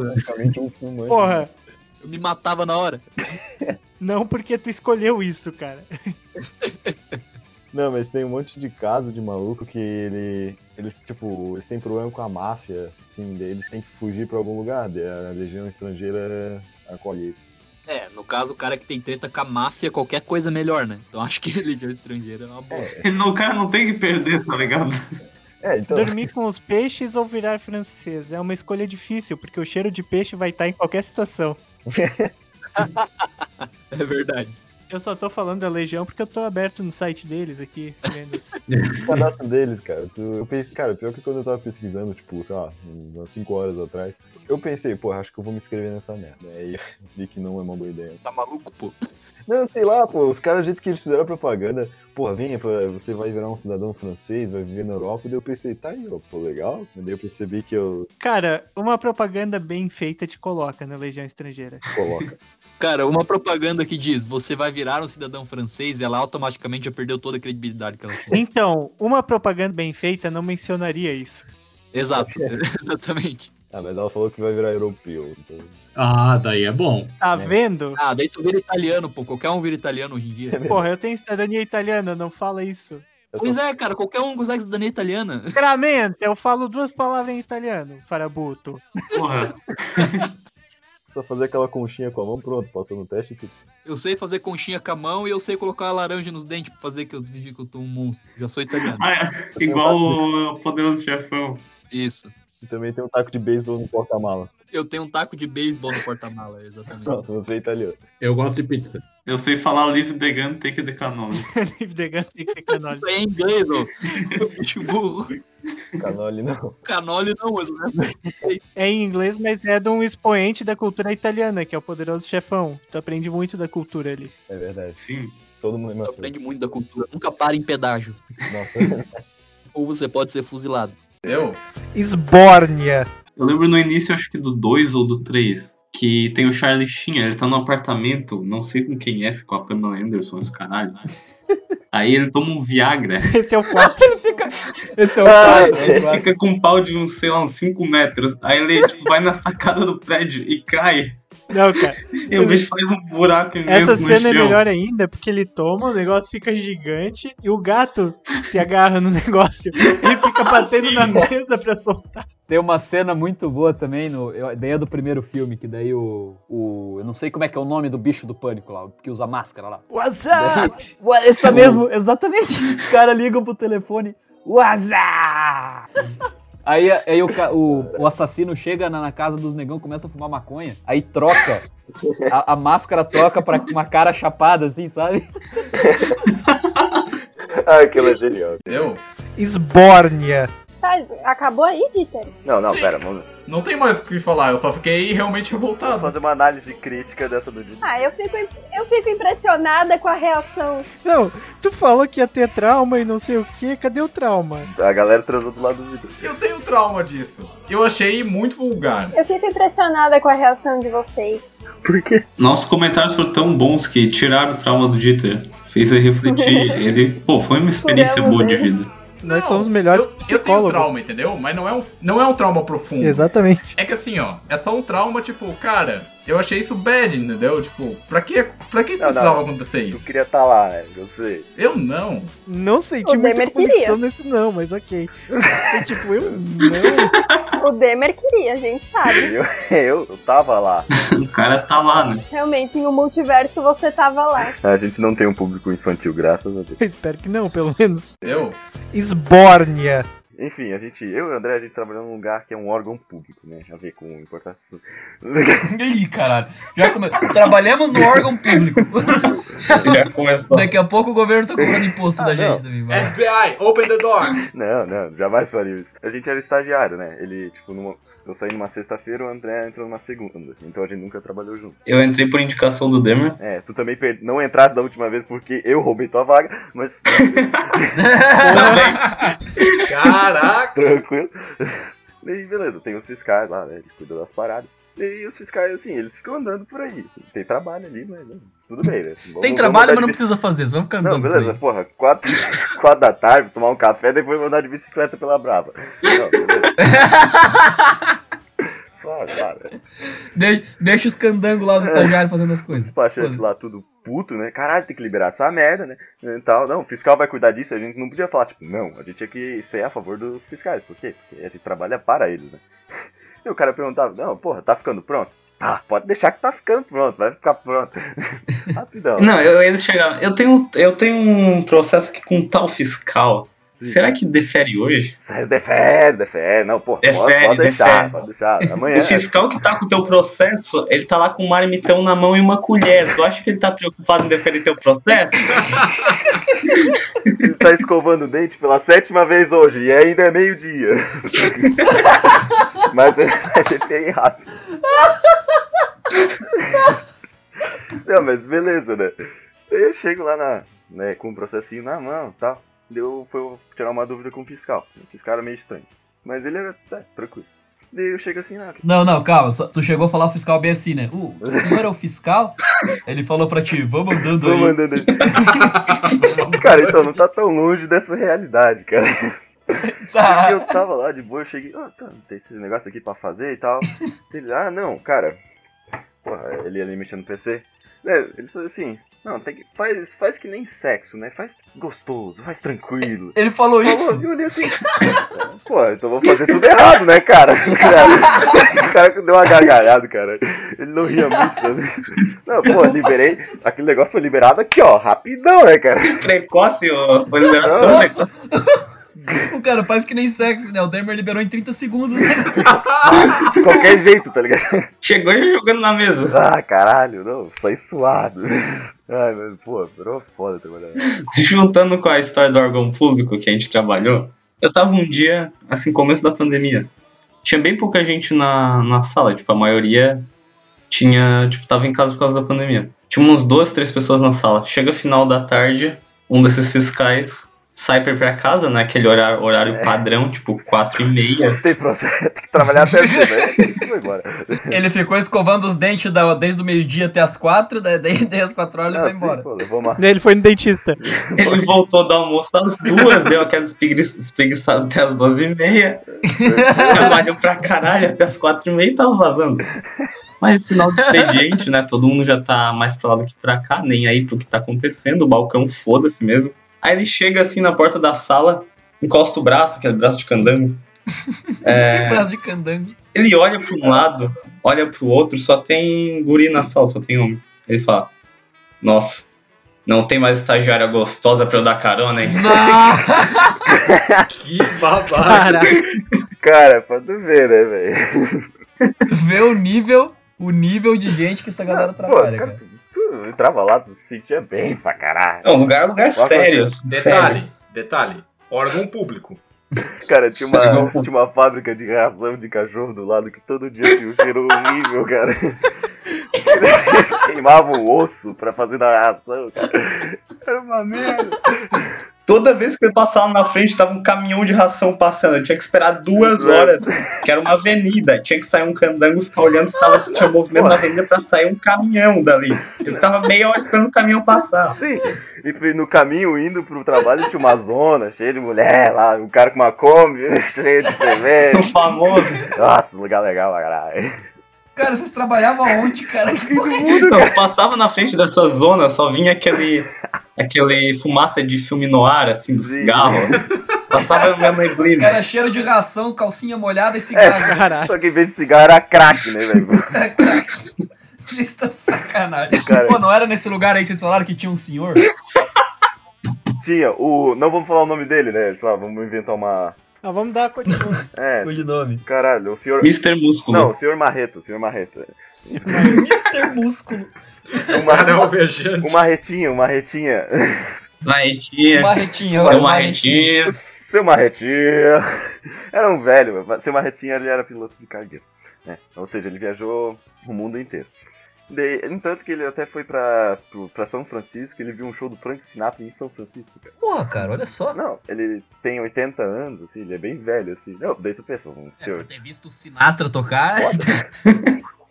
F: Praticamente um fumante.
H: Porra,
O: é. Eu me matava na hora.
H: não porque tu escolheu isso, cara.
F: Não, mas tem um monte de caso de maluco que ele, eles, tipo, eles têm problema com a máfia, assim, daí eles têm que fugir pra algum lugar, daí a legião estrangeira acolhe eles.
O: É, no caso, o cara que tem treta com a máfia, qualquer coisa é melhor, né? Então acho que religião estrangeira é uma boa.
E: Não, o cara não tem que perder, tá ligado?
F: É, então,
H: Dormir com os peixes ou virar francês? É uma escolha difícil, porque o cheiro de peixe vai estar em qualquer situação.
O: É verdade.
H: Eu só tô falando da Legião porque eu tô aberto no site deles aqui. vendo isso.
F: o cadastro deles, cara, tu- eu pensei, cara, pior que quando eu tava pesquisando, tipo, sei lá, umas 5 horas atrás, eu pensei, pô, acho que eu vou me inscrever nessa merda, aí eu vi que não é uma boa ideia.
O: Tá maluco, pô?
F: Não, sei lá, pô, os caras, do jeito que eles fizeram a propaganda, porra, venha, pra- você vai virar um cidadão francês, vai viver na Europa, daí eu pensei, tá aí, ó, pô, legal, daí eu percebi que eu
H: Cara, uma propaganda bem feita te coloca na Legião Estrangeira.
F: coloco.
O: Cara, uma propaganda que diz você vai virar um cidadão francês, ela automaticamente já perdeu toda a credibilidade que ela tinha.
H: Então, uma propaganda bem feita não mencionaria isso.
O: Exato, exatamente.
F: Ah, mas ela falou que vai virar europeu. Então...
P: Ah, daí é bom.
H: Tá vendo?
O: Ah, daí tu vira italiano, pô. Qualquer um vira italiano hoje em dia.
H: Porra, eu tenho cidadania italiana, não fala isso.
F: É Eu
O: Pois
F: só-
O: é, cara, qualquer um consegue cidadania italiana.
H: Veramente, eu falo duas palavras em italiano, farabuto.
E: Porra.
F: Só fazer aquela conchinha com a mão, pronto, passou no teste. Que...
O: Eu sei fazer conchinha com a mão e eu sei colocar a laranja nos dentes pra fazer que eu fingi que eu tô um monstro. Já sou italiano.
E: Ah, é. Igual o poderoso chefão.
O: Isso.
Q: E também tem um taco de beisebol no porta-mala.
J: Eu tenho um taco de beisebol no porta-mala, exatamente.
Q: Pronto, você é italiano.
K: Eu gosto de pizza.
E: Eu sei falar live the gun, take the canole.
H: Live the gun, take the canole.
J: É inglês, ô. Bicho burro.
Q: Canole não.
J: Canole não, mas o resto
H: É em inglês, mas é de um expoente da cultura italiana, que é o poderoso chefão. Tu aprende muito da cultura ali.
Q: É verdade.
E: Sim.
Q: Todo mundo é
J: Tu
Q: meu
J: aprende muito da cultura. Nunca para em pedágio.
Q: Nossa.
J: Ou você pode ser fuzilado.
G: Eu?
H: Esbórnia.
E: Eu lembro no início, acho que do 2 ou do 3, que tem o Charlie Sheen, ele tá no apartamento, não sei com quem é, se com a Pamela Anderson, esse caralho. Aí ele toma um Viagra,
H: Esse é o quarto.
A: Esse é o
Q: Ah,
A: quarto.
E: ele fica com um pau de uns, sei lá, uns 5 metros. Aí ele tipo, vai na sacada do prédio e cai.
H: Não, cara.
E: E o bicho faz um buraco imenso
H: Essa
E: no
H: cena é
E: chão.
H: melhor ainda, porque ele toma, o negócio fica gigante e o gato se agarra no negócio. Ele fica batendo na mesa pra soltar.
A: Tem uma cena muito boa também, no, eu- daí é do primeiro filme, que daí o, o. Eu não sei como é que é o nome do bicho do pânico lá, que usa máscara lá.
H: What's up?
A: Ué, Essa mesmo, exatamente. Os caras ligam pro telefone. Waza! Aí, aí o, ca- o, o assassino chega na, na casa dos negão, começa a fumar maconha, aí troca. A, a máscara troca pra uma cara chapada, assim, sabe?
M: Ah, aquilo é genial.
G: Eu?
H: Esbórnia.
R: Tá, acabou aí, Dieter?
F: Não, não, pera, vamos
G: Não tem mais o que falar, eu só fiquei realmente revoltado. Vou
F: fazer uma análise crítica dessa do Didi.
R: Ah, eu fico, eu fico impressionada com a reação.
H: Não, tu falou que ia ter trauma e não sei o que, cadê o trauma?
F: A galera transou do lado do Vitor.
G: Eu tenho trauma disso. Eu achei muito vulgar.
R: Eu fico impressionada com a reação de vocês.
E: Nossos comentários foram tão bons que tiraram o trauma do Dieter. Fez ele refletir. Ele, pô, foi uma experiência
R: Curamos
E: boa de
R: ele.
E: vida.
H: Nós somos melhores
G: Eu tenho
H: psicólogos.
G: trauma, entendeu? Mas não é um, não é um trauma profundo.
H: Exatamente.
G: É que assim, ó, é só um trauma, tipo, cara, eu achei isso bad, entendeu? Tipo, pra que, pra que precisava acontecer isso?
F: Tu queria estar lá, né? Eu sei.
G: Eu não.
H: Não senti
R: O
H: muita
R: Demer
H: convicção
R: queria.
H: nesse não, mas ok. Foi tipo, eu não.
R: O Demer queria, a gente sabe.
F: Eu, eu, eu tava lá.
E: O cara tá lá, né?
R: Realmente, em um multiverso você tava lá.
F: A gente não tem um público infantil, graças a Deus.
H: Eu espero que não, pelo menos.
G: Eu?
H: Esbórnia.
F: Enfim, a gente, eu e o André, a gente trabalha num lugar que é um órgão público, né? A ver com importação.
A: Ih, caralho. Já come... Trabalhamos no órgão público.
E: Já começou.
A: Daqui a pouco o governo tá cobrando imposto da gente também. vai.
G: FBI, open the door!
F: Não, não, jamais faria isso. A gente era estagiário, né? Ele, tipo, numa, eu saí numa sexta-feira, o André entrou numa segunda. Então a gente nunca trabalhou junto.
E: Eu entrei por indicação do Demer.
F: É, tu também per- não entraste da última vez porque eu roubei tua vaga, mas
G: Caraca!
F: tranquilo. E beleza, tem os fiscais lá, né? Eles cuidam das paradas. E os fiscais, assim, eles ficam andando por aí. Tem trabalho ali, mas né, tudo bem, né? Vamos-
A: Tem
F: vamos
A: trabalho,
F: andar
A: mas não
F: de bici-
A: precisa fazer, só vai ficar
F: Não,
A: andando.
F: beleza, porra, quatro, quatro da tarde, tomar um café, depois mandar de bicicleta pela Brava. Não, beleza. Claro, claro.
A: De- deixa os candangos lá, os estagiários fazendo as coisas.
F: Despachante Tipo, lá, tudo puto, né? Caralho, tem que liberar essa merda, né? E tal. Não, o fiscal vai cuidar disso, a gente não podia falar, tipo, não, a gente tinha que ser a favor dos fiscais. Por quê? Porque a gente trabalha para eles, né? E o cara perguntava, não, porra, tá ficando pronto? Ah, pode deixar que tá ficando pronto, vai ficar pronto. Rapidão.
E: Não, eu, eles chegaram. Eu tenho, eu tenho um processo aqui com tal fiscal. Será que defere hoje?
F: Sai, Defere, defere, não, porra, pode-
E: Defere,
F: pode deixar,
E: defere.
F: pode deixar. Amanhã.
E: é
F: é.
E: O fiscal que tá com o teu processo, ele tá lá com um marmitão na mão e uma colher. Tu acha que ele tá preocupado em deferir teu processo?
F: Ele tá escovando o dente pela sétima vez hoje e ainda é meio-dia. Mas é, ele vai ser bem rápido. Não, mas beleza, né? Daí Eu chego lá na, né, com o processinho na mão e tal. Deu foi eu tirar uma dúvida com o fiscal. Esse cara é meio estranho. Mas ele era tá, tranquilo. Daí eu chego assim, ah,
A: Não, não, calma. só- tu chegou a falar o fiscal bem assim, né? Uh, o senhor é o fiscal? Ele falou pra ti, vamos andando
F: tô
A: aí.
F: mandando aí. Cara, então não tá tão longe dessa realidade, cara. Porque eu tava lá de boa, eu cheguei, ah, tá, tem esse negócio aqui pra fazer e tal. Ele, ah, não, cara. Porra, ele ali mexendo no PC. É, ele falou assim, não, tem que, faz, faz que nem sexo, né? Faz gostoso, faz tranquilo.
A: Ele falou
F: isso? Eu olhei assim, pô, então vou fazer tudo errado, né, cara? O cara deu uma gargalhada, cara. Ele não ria muito. sabe? Não, pô, liberei. Aquele negócio foi liberado aqui, ó, rapidão, né, cara?
E: Precoce, ó. Foi liberado.
F: Nossa.
A: O cara faz que nem sexo, né? O Demer liberou em 30 segundos. Né?
F: De qualquer jeito, tá ligado?
E: Chegou já jogando na mesa.
F: Ah, caralho, não, saí suado. Ai, mas, pô, virou foda né? trabalhar.
E: Juntando com a história do órgão público que a gente trabalhou, eu tava um dia, assim, começo da pandemia. Tinha bem pouca gente na, na sala, tipo, a maioria tinha, tipo, tava em casa por causa da pandemia. Tinha umas duas, três pessoas na sala. Chega final da tarde, um desses fiscais sai pra ir pra casa, né? Aquele horário, horário
F: É.
E: padrão, tipo, quatro e meia.
F: Tem processo, tem que trabalhar até cedo, né? Foi embora.
A: Ele ficou escovando os dentes da- desde o meio-dia até as quatro, daí, daí, daí às quatro horas ele
F: Ah,
A: vai
F: sim,
A: embora.
F: pô, levou uma-
H: Daí ele foi no dentista.
E: Ele voltou do almoço às duas, deu aquela espegui- espreguiçada até as duas e meia. Trabalhou pra caralho até as quatro e meia e tava vazando. Mas final do expediente, né? Todo mundo já tá mais pra lá do que pra cá, nem aí pro que tá acontecendo. O balcão foda-se mesmo. Aí ele chega assim na porta da sala, encosta o braço, aquele braço de candango. É,
A: Braço Um de candango.
E: ele olha pra um lado, olha pro outro, só tem guri na sala, só tem homem. Ele fala: Nossa, não tem mais estagiária gostosa pra eu dar carona, hein?
M: que babaca.
F: Cara, pra tu ver, né, velho?
A: Vê o nível, o nível de gente
F: Ah,
A: que essa galera trabalha, cara.
F: Tu entrava lá, tu se sentia bem pra caralho.
E: Não, lugar- lugar sério, assim,
G: Detalhe,
E: sério.
G: detalhe. Órgão público.
F: Cara, tinha uma, tinha uma fábrica de ração de cachorro do lado que todo dia tinha um cheiro horrível, cara. Queimava o osso pra fazer a ração, cara. Era uma merda.
E: Toda vez que eu passava na frente, tava um caminhão de ração passando. Eu tinha que esperar duas horas, que era uma avenida. Tinha que sair um candango, ficar olhando se tava, tinha movimento na avenida pra sair um caminhão dali. Eu ficava meia hora esperando o caminhão passar.
F: Sim. E foi no caminho indo pro trabalho tinha uma zona cheia de mulher lá, um cara com uma Kombi cheio de cerveja.
E: O Um famoso.
F: Nossa, lugar legal pra caralho.
A: Cara, vocês trabalhavam onde, cara? Que é
E: Então, eu passava na frente dessa zona, só vinha aquele, aquele fumaça de filme no ar, assim, do cigarro. Passava na neblina.
A: Cara, cheiro de ração, calcinha molhada e cigarro.
F: Só que em vez de cigarro era crack, né, velho?
A: Vocês estão Tá de sacanagem.
F: Cara-
A: Pô, não era nesse lugar aí que vocês falaram que tinha um senhor?
F: Tinha o. Não vamos falar o nome dele, né? Sei lá, vamos inventar uma.
H: Ah, vamos dar continuidade.
F: É.
A: O nome.
F: Caralho, o senhor.
E: Mr. Músculo.
F: Não, o senhor Marreta, o senhor é. Marreta.
A: Mr. Músculo.
F: O Marretinha, o Marretinha.
A: Um
E: Marretinha.
A: Marretinha,
E: olha, Seu Marretinha.
F: Seu Marretinha. Era um velho, mas seu Marretinha ele era piloto de cargueiro. né? Ou seja, ele viajou o mundo inteiro. De, no tanto que ele até foi pra, pro- pra São Francisco, ele viu um show do Frank Sinatra em São Francisco, cara.
A: Porra, cara, olha só.
F: Não, ele tem 80 anos, assim, ele é bem velho, assim. Não, daí tu pensa, um senhor.
A: É ter visto o Sinatra tocar.
F: E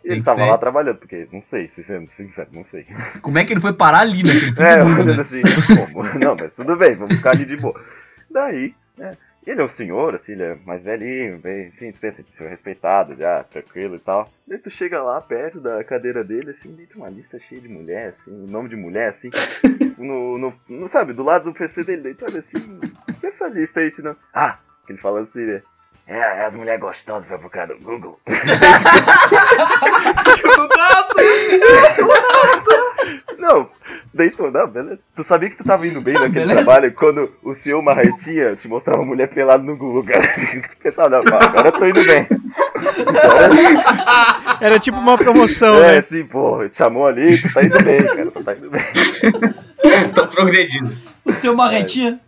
F: ele
A: que
F: tava
A: ser.
F: lá trabalhando, porque não sei, se sendo sincero, não sei.
A: Como é que ele foi parar ali, né? Ele foi
F: É,
A: do mundo,
F: olhando
A: né?
F: assim, como? Não, mas tudo bem, vamos ficar ali de boa. Daí, né? Ele é um senhor, assim, ele é mais velhinho, bem, enfim, tu pensa, senhor respeitado já, tranquilo e tal. Daí tu chega lá perto da cadeira dele, assim, daí tem uma lista cheia de mulher, assim, nome de mulher, assim, no, no, no- sabe, do lado do PC dele, daí tu olha assim, que essa lista aí, não. Ah, que ele fala assim, né? É, é as mulheres gostosas pra procurar no Google. Não, daí tu, não, beleza. Tu sabia que tu tava indo bem naquele trabalho quando o senhor Marretinha te mostrava uma mulher pelada no Google, cara. Tu pensava, não, pá, agora eu tô indo bem.
H: Era tipo uma promoção,
F: é,
H: né?
F: assim, pô, te chamou ali, tu tá indo bem, cara, tu tá indo bem.
E: Tô progredindo.
A: O seu Marretinha.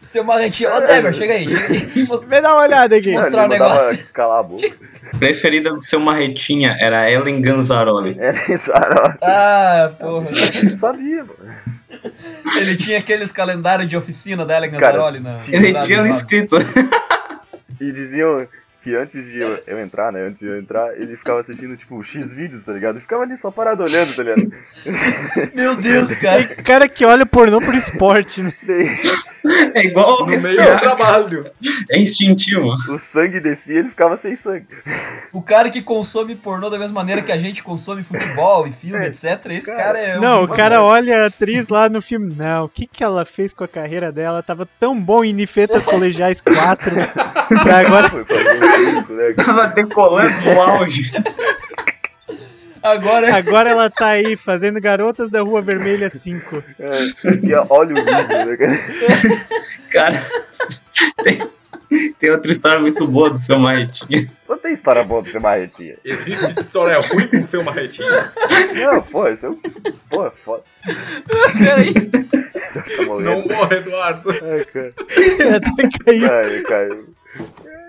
A: Seu Marretinha. Ô, Demer, chega aí, chega aí.
H: Vem dar uma olhada aqui.
A: Mostrar o negócio.
F: Cala a boca.
E: Preferida do seu Marretinha era Ellen Ganzaroli.
F: Ellen É, Ganzaroli.
A: Ah, porra.
F: sabia,
A: mano. Ele tinha aqueles calendários de oficina da Ellen
F: Cara,
A: Ganzaroli, né?
F: tinha- Ele
E: um
F: tinha um
A: Lá do
E: escrito.
F: E diziam que antes de eu, eu entrar, né, antes de eu entrar, ele ficava assistindo, tipo, X vídeos, tá ligado? E ficava ali só parado olhando, tá ligado?
A: Meu Deus, cara.
H: Tem cara que olha pornô por esporte, né?
E: É igual
F: No meio do respirar.
E: trabalho. É instintivo.
F: O sangue descia, ele ficava sem sangue.
A: O cara que consome pornô da mesma maneira que a gente consome futebol e filme, etc. Esse cara, é. um-
H: Não, o cara olha a atriz lá no filme. Não, o que, que ela fez com a carreira dela? Tava tão bom em Nifetas Colegiais 4. pra agora.
F: um né?
E: Tava decolando no auge.
A: Agora...
H: agora ela tá aí fazendo Garotas da Rua Vermelha 5.
F: É, e olha o vídeo, né, cara?
E: Cara, Tem outra história muito boa do seu marretinha.
F: Não tem história boa do seu marretinha.
G: Existe história ruim com é o seu marretinha?
F: Não, pô, isso é um... Pô, é foda.
A: Peraí.
G: Não morre, Eduardo.
F: Ai, É, cara.
H: Ele até caiu.
F: Ai, ele caiu.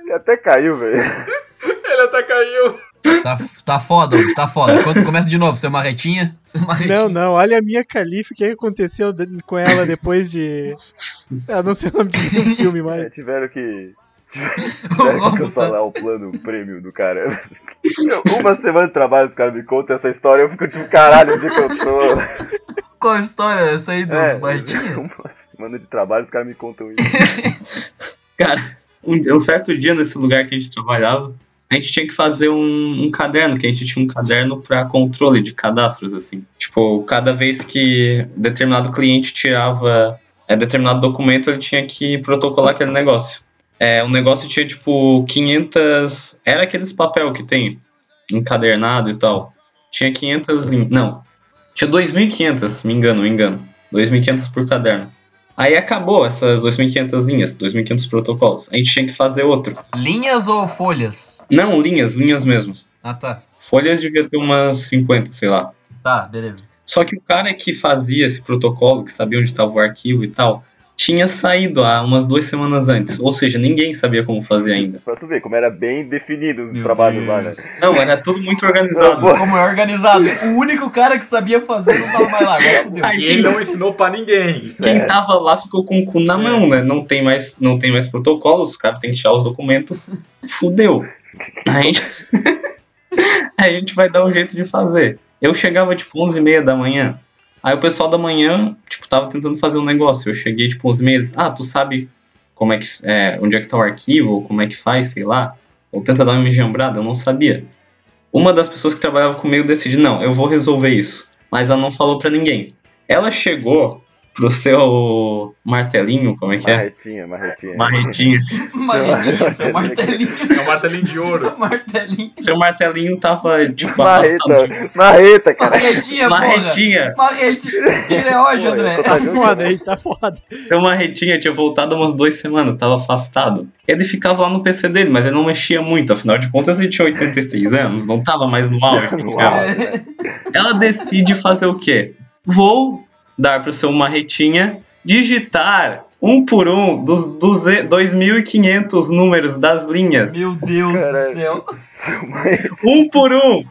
F: Ele até caiu, velho.
G: Ele até caiu.
A: Tá, tá foda, Hugo, tá foda. Quando começa de novo, seu marretinha. Seu marretinha.
C: Não, não, olha a minha califa, o que aconteceu de- com ela depois de. Ah, não sei o nome do filme
F: É,
C: mais.
F: tiveram que.
A: O
F: Tiveram que
A: Lobo tá-
F: cancelar o plano o prêmio do cara. Uma semana de trabalho, os caras me contam essa história, eu fico tipo, caralho, onde é que eu tô?
A: Qual a história essa aí do
F: É,
A: marretinha?
F: uma semana de trabalho, os caras me contam isso.
E: Cara, um, um certo dia nesse lugar que a gente trabalhava, a gente tinha que fazer um, um caderno, que a gente tinha um caderno para controle de cadastros, assim. Tipo, cada vez que determinado cliente tirava é, determinado documento, ele tinha que protocolar aquele negócio. É, o negócio tinha, tipo, 500... Era aqueles papel que tem, encadernado e tal. Tinha 500... lin- Não, tinha 2.500, me engano, me engano. 2.500 por caderno. Aí acabou essas 2.500 linhas, 2.500 protocolos. A gente tinha que fazer outro.
A: Linhas ou folhas?
E: Não, linhas, linhas mesmo.
A: Ah, tá.
E: Folhas devia ter umas 50, sei lá.
A: Tá, beleza.
E: Só que o cara que fazia esse protocolo, que sabia onde estava o arquivo e tal, tinha saído há umas duas semanas antes. Ou seja, ninguém sabia como fazer ainda.
F: Pra tu ver como era bem definido os trabalhos lá, né?
E: Não, era tudo muito organizado.
A: Como é organizado? O único cara que sabia fazer não tava mais lá. Agora fudeu.
E: Aí
G: Ele
E: quem,
G: não ensinou pra ninguém. É.
E: quem tava lá ficou com o cu na mão, né? Não tem mais, não tem mais protocolos, o cara tem que tirar os documentos. Fudeu. A gente, a gente vai dar um jeito de fazer. Eu chegava tipo 11 e meia da manhã. Aí o pessoal da manhã, tipo, tava tentando fazer um negócio. Eu cheguei tipo 11 e meia, eles, ah, tu sabe como é que, é, onde é que tá o arquivo, ou como é que faz, sei lá. Ou tenta dar uma engembrada, eu não sabia. Uma das pessoas que trabalhava comigo decidiu, não, eu vou resolver isso. Mas ela não falou pra ninguém. Ela chegou pro seu martelinho, como é que é?
F: Marretinha, marretinha.
E: Marretinho.
A: Marretinha, seu martelinho,
G: É um martelinho de ouro.
A: martelinho.
E: Seu martelinho tava, tipo, arrastado.
F: Marreta, marreta, cara.
A: Marretinha,
E: Marretinha.
A: porra. Marretinha. Tireoide, André.
F: Tá
D: um
C: Foda aí, tá foda.
E: Seu marretinha tinha voltado há umas duas semanas, tava afastado. Ele ficava lá no PC dele, mas ele não mexia muito, afinal de contas ele tinha 86 anos, não tava mais no auge.
F: No
E: cara.
F: auge, né?
E: Ela decide fazer o quê? Vou dar pro seu marretinha digitar um por um dos 200 2.500 números das linhas.
A: Meu Deus
F: Caralho.
A: do céu.
E: Um por um!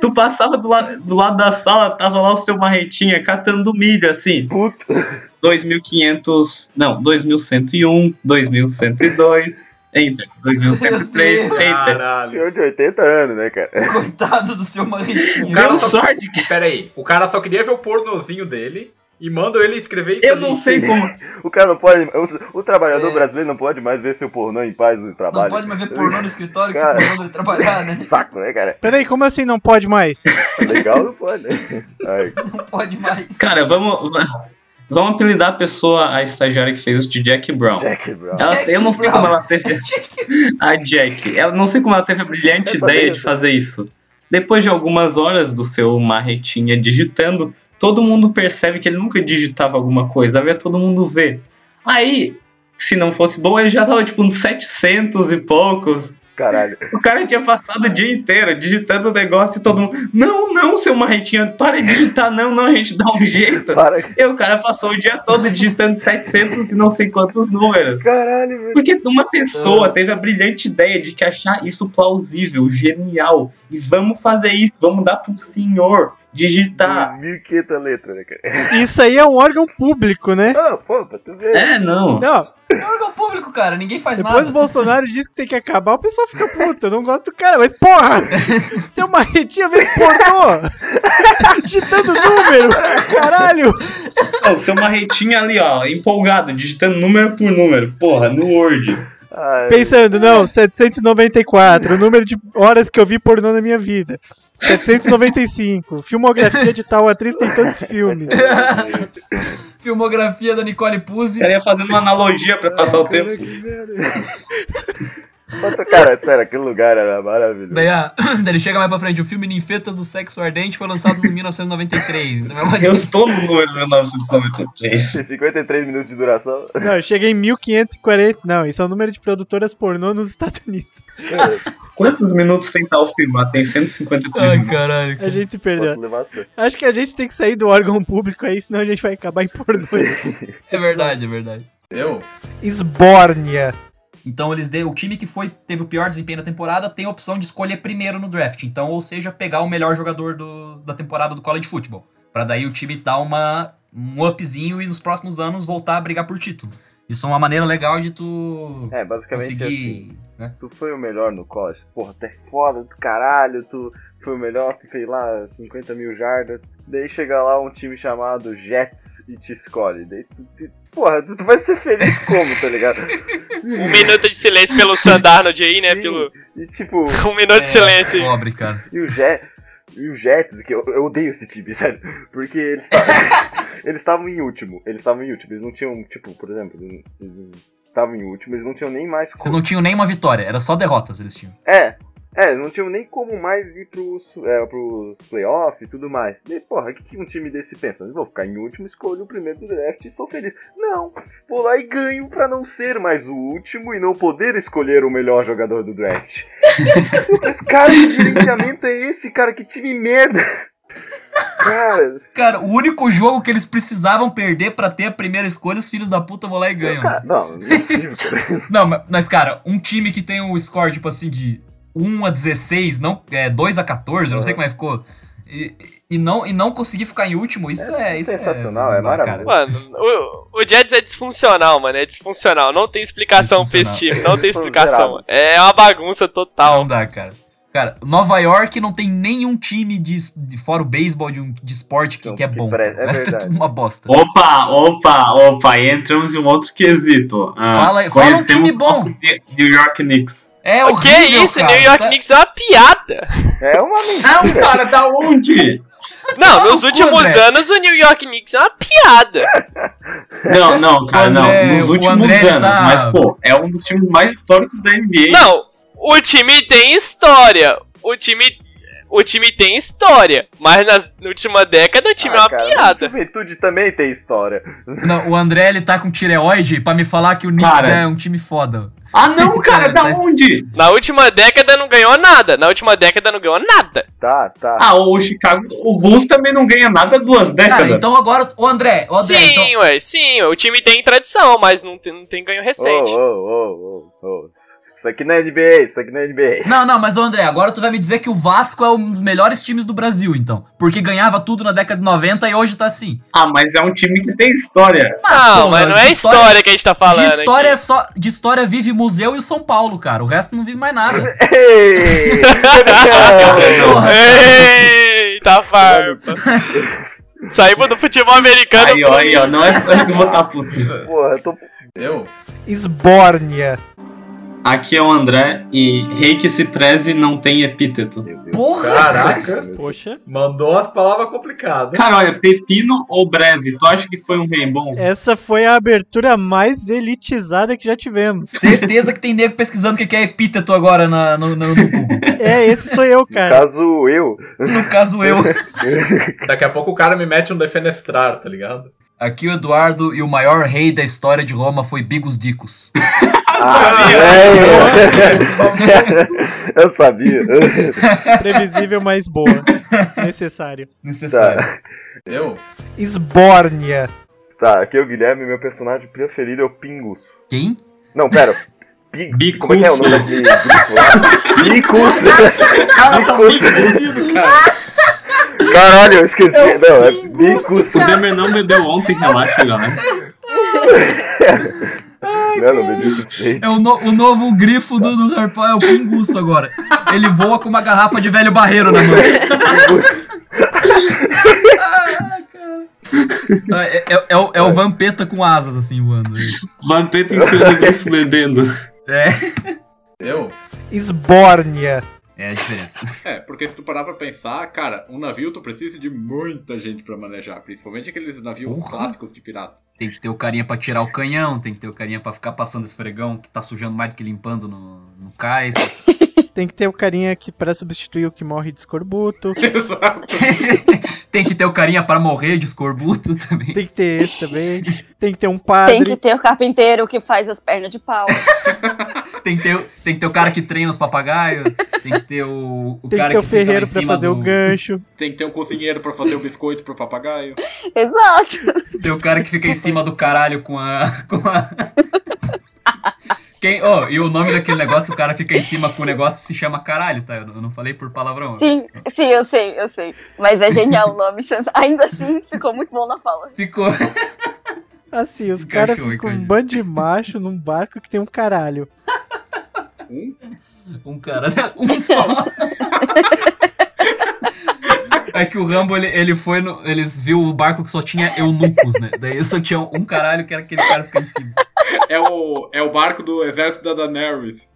E: Tu passava do, la do lado da sala, tava lá o seu marretinha catando milho, assim.
F: Puta.
E: 2.500. Não, 2.101, 2.102. Enter. 2.103.
A: Meu
E: Enter.
G: Caralho.
F: Senhor de 80 anos, né, cara?
A: Coitado do seu
G: O
A: marretinha.
G: cara
E: Deu
G: só-
E: sorte que
G: Pera aí, o cara só queria ver o pornozinho dele e manda ele escrever isso
E: eu
G: ali.
E: não sei como.
F: O cara não pode. O, o trabalhador
A: É.
F: brasileiro não pode mais ver seu pornô em paz no
A: Não
F: trabalho.
A: pode mais ver pornô no escritório, que
F: Cara.
A: pornô deve trabalhar, né?
F: Saco, né, cara?
C: Peraí, como assim não pode mais?
F: Legal não pode, né? Ai,
A: Não pode mais.
E: Cara, vamos. va- Vamos apelidar a pessoa, a estagiária que fez isso, de Jack Brown.
F: Jack Brown.
E: Ela- eu não sei
A: Brown.
E: como ela teve. a Jack. Eu não sei como ela teve a brilhante
F: Essa
E: ideia
F: daí,
E: de
F: essa.
E: fazer isso. Depois de algumas horas do seu marretinha digitando, todo mundo percebe que ele nunca digitava alguma coisa. Havia todo mundo ver. Aí, se não fosse bom, ele já tava tipo uns 700 e poucos.
F: Caralho.
E: O cara tinha passado o dia inteiro digitando o negócio e todo mundo. Não, não, seu marretinha, para de digitar, não, não, a gente dá um jeito.
F: Para.
E: E o cara passou o dia todo digitando 700 e não sei quantos números.
F: Caralho, velho. Ah.
E: Porque uma pessoa teve a brilhante ideia de que achar isso plausível, genial. E vamos fazer isso, vamos dar pro senhor digitar.
F: 1.500 letras, né, cara?
C: Isso aí é um órgão público, né?
F: Ah, pô, pra tu ver.
E: É, não.
C: Não,
A: É órgão público, cara. Ninguém faz
C: depois o
A: nada.
C: Bolsonaro diz que tem que acabar, o pessoal fica puto. Eu não gosto do cara, mas porra! Seu marretinha vem pornô! Digitando número! Caralho!
E: O seu marretinho ali, ó, empolgado, digitando número por número. Porra, no Word.
F: Ai,
C: Pensando, não, 794, o número de horas que eu vi pornô na minha vida. 795, filmografia de tal atriz tem tantos filmes.
A: Filmografia da Nicole Puzzi.
E: O cara ia fazendo uma analogia pra passar o tempo.
F: Cara, que merda. Mas, Cara, sério, aquele lugar era maravilhoso.
A: Daí, a- daí ele chega mais pra frente. O filme Ninfetas do Sexo Ardente foi lançado em 1993. Então, é uma-
E: Eu estou no número 1993.
F: 53 minutos de duração.
C: Não, eu cheguei em 1540. Não, isso é o número de produtoras pornô nos Estados Unidos.
E: Quantos minutos tem tal filmar? Tem 153
C: Ai,
E: minutos.
A: caralho.
C: A gente se perdeu.
F: Levasse.
C: Acho que a gente tem que sair do órgão público aí, senão a gente vai acabar em pornô.
A: É verdade, é verdade.
G: Eu?
C: Esbórnia.
A: Então eles deu, o time que foi teve o pior desempenho da temporada tem a opção de escolher primeiro no draft. Então, ou seja, pegar o melhor jogador do- da temporada do college football. Pra daí o time dar uma, um upzinho e nos próximos anos voltar a brigar por título. Isso é uma maneira legal de tu
F: É, basicamente
A: conseguir.
F: assim. Tu foi o melhor no college. Porra, tu é foda do caralho. Tu foi o melhor, tu fez lá 50 mil jardas. Daí chega lá um time chamado Jets e te escolhe. Daí tu, tu- porra, tu, tu vai ser feliz como, tá ligado?
S: Um minuto de silêncio pelo Sandarnold aí, né? Pelo...
F: E tipo.
S: Um minuto de silêncio. aí.
A: É, Pobre, cara.
F: E o Jets. E o Jets, que eu, eu odeio esse time, sério. Porque eles tavam- eles estavam em último. Eles estavam em último. Eles não tinham, tipo, por exemplo, eles- eles estavam em último, eles não tinham nem mais
A: Eles não tinham nenhuma vitória, era só derrotas eles tinham.
F: É, é, não tinham nem como mais ir pros, é, pros playoffs e tudo mais. E, porra, o que, que um time desse pensa? Vou ficar em último, escolho o primeiro do draft e sou feliz. Não, vou lá e ganho pra não ser mais o último e não poder escolher o melhor jogador do draft. Mas, cara, que gerenciamento é esse, cara? Que time merda! Cara,
A: Cara, o único jogo que eles precisavam perder pra ter a primeira escolha, os filhos da puta vão lá e ganham.
F: não, não é possível, cara.
A: Não, ma- mas cara, um time que tem um score tipo assim de 1 a 16, não, é 2 a 14, não sei como é que ficou. E, e não e não conseguir ficar em último, isso é, isso
F: sensacional, é, maravilhoso.
S: Mano, o, o Jets é disfuncional, mano. É disfuncional. Não tem explicação pra esse time. Não tem explicação. mano. É uma bagunça total.
A: Não dá, cara. Cara, Nova York não tem nenhum time de, es- de fora o beisebol de, um, de esporte que, que é bom. cara. O resto é tudo uma bosta.
E: Opa, opa, opa, e entramos em um outro quesito. Ah,
A: Fala- fala um
E: conhecemos
A: time bom.
E: nosso Ne- New York Knicks.
A: É Tá-
S: o que é isso? New York Knicks é uma piada.
F: É
A: um
F: uma
E: Não, cara, da onde?
S: Não, nos
E: cu,
S: últimos
E: André.
S: anos o New York Knicks é uma piada.
E: Não, não, cara,
A: André-
E: não. Nos
A: o
E: últimos
A: André, ele
E: anos,
A: tá-
E: mas pô, é um dos times mais históricos da NBA.
S: Não, o time tem história. O time, o time tem história. Mas nas- na última década o time é uma piada.
F: Ah, Juventude também tem história.
A: Não, o André ele tá com tireoide pra me falar que o Knicks
S: Cara.
A: é um time foda.
E: Ah não, cara, da onde?
S: Na última década não ganhou nada. Na última década não ganhou nada.
F: Tá, tá.
E: Ah, o Chicago, o Bulls também não ganha nada há duas décadas.
A: então agora, o André, então-
E: ô, André,
S: sim, ué, sim, ué, o time tem tradição, mas não tem, não tem ganho recente.
F: Ô, ô, ô, ô, ô. Isso aqui não é NBA, isso aqui não é NBA.
A: Não, não, mas ô André, agora tu vai me dizer que o Vasco é um dos melhores times do Brasil, então. Porque ganhava tudo na década de 90 e hoje tá assim.
E: Ah, mas é um time que tem história.
S: Não, mas não é
A: de
S: história que a gente tá falando
A: De história,
S: aqui.
A: é só, de história vive museu e o São Paulo, cara. O resto não vive mais nada. é
S: Eita, tá farpa. Saímos do futebol americano.
E: Aí, ó, aí, ó, não é só eu que vou estar puto.
F: Porra, eu tô.
G: Eu?
C: Esbórnia.
E: Aqui é o André e rei que se preze não tem epíteto.
A: Porra!
G: Caraca.
C: Poxa.
G: Mandou as palavras complicadas.
E: Cara, olha, pepino ou breve, tu acha que foi um rei bom?
C: Essa foi a abertura mais elitizada que já tivemos.
A: Certeza que tem nego pesquisando o que que é epíteto agora na, no, no, no Google.
C: É, esse sou eu, cara.
F: Caso eu.
A: No caso eu.
G: Daqui a pouco o cara me mete um defenestrar, tá ligado?
A: Aqui o Eduardo e o maior rei da história de Roma foi Bigos Dicos.
F: Ah, é, Eu sabia.
C: Previsível, mas boa. Necessário.
F: Necessário.
G: Eu?
C: Esbórnia.
F: Tá, aqui é o Guilherme, meu personagem preferido é o Pingus.
A: Quem?
F: Não, pera. Pi... Como é que é o nome daquele grupo lá? Bicus.
A: Cara, tá
F: muito
A: confundido, cara.
F: Caralho, eu esqueci. Não, é Bicus.
K: O Demer não bebeu ontem, relaxa, galera.
F: Não, não, Benito, sei.
A: É o, no- o novo grifo do, do Harry Potter, é o pinguço agora. Ele voa com uma garrafa de velho barreiro na mão. Ah, é, é- é o, é o Vampeta com asas, assim, voando.
E: Vampeta em cima do grifo bebendo.
A: É.
G: Eu?
C: Esbórnia.
A: É a diferença.
G: É, porque se tu parar pra pensar, cara, um navio tu precisa de muita gente pra manejar, principalmente aqueles navios
A: Porra.
G: clássicos de pirata.
A: Tem que ter o carinha pra tirar o canhão, tem que ter o carinha pra ficar passando esse fregão que tá sujando mais do que limpando no, no cais.
C: Tem que ter o carinha que pra substituir o que morre de escorbuto.
A: Tem que ter o carinha pra morrer de escorbuto também.
C: Tem que ter esse também. Tem que ter um padre.
D: Tem que ter o carpinteiro que faz as pernas de pau.
A: Tem que ter, o- tem que ter o cara que treina os papagaios. Tem que ter o, o
C: Tem que
A: cara
C: ter o
A: fica lá em
C: ferreiro pra
A: cima
C: fazer
A: do,
C: o gancho.
G: Tem que ter um cozinheiro pra fazer o biscoito pro papagaio.
D: Exato.
A: Tem o cara que fica em cima do caralho com a. Com a... Quem, oh, e o nome daquele negócio que o cara fica em cima com o negócio se chama caralho, tá? Eu não eu não falei por palavrão.
D: Sim, sim, eu sei, eu sei. Mas é genial o nome. sens- Ainda assim, ficou muito bom na fala.
A: Ficou.
C: Assim, os
A: Encaixou,
C: caras ficam um
A: encaixou.
C: bando de macho num barco que tem um caralho.
A: Um cara, né? um só. É que o Rambo, ele, ele foi no. Eles viu o barco que só tinha eunucos, né? Daí só tinha um caralho que era aquele cara ficando em cima.
G: É o, é o barco do exército da Daenerys.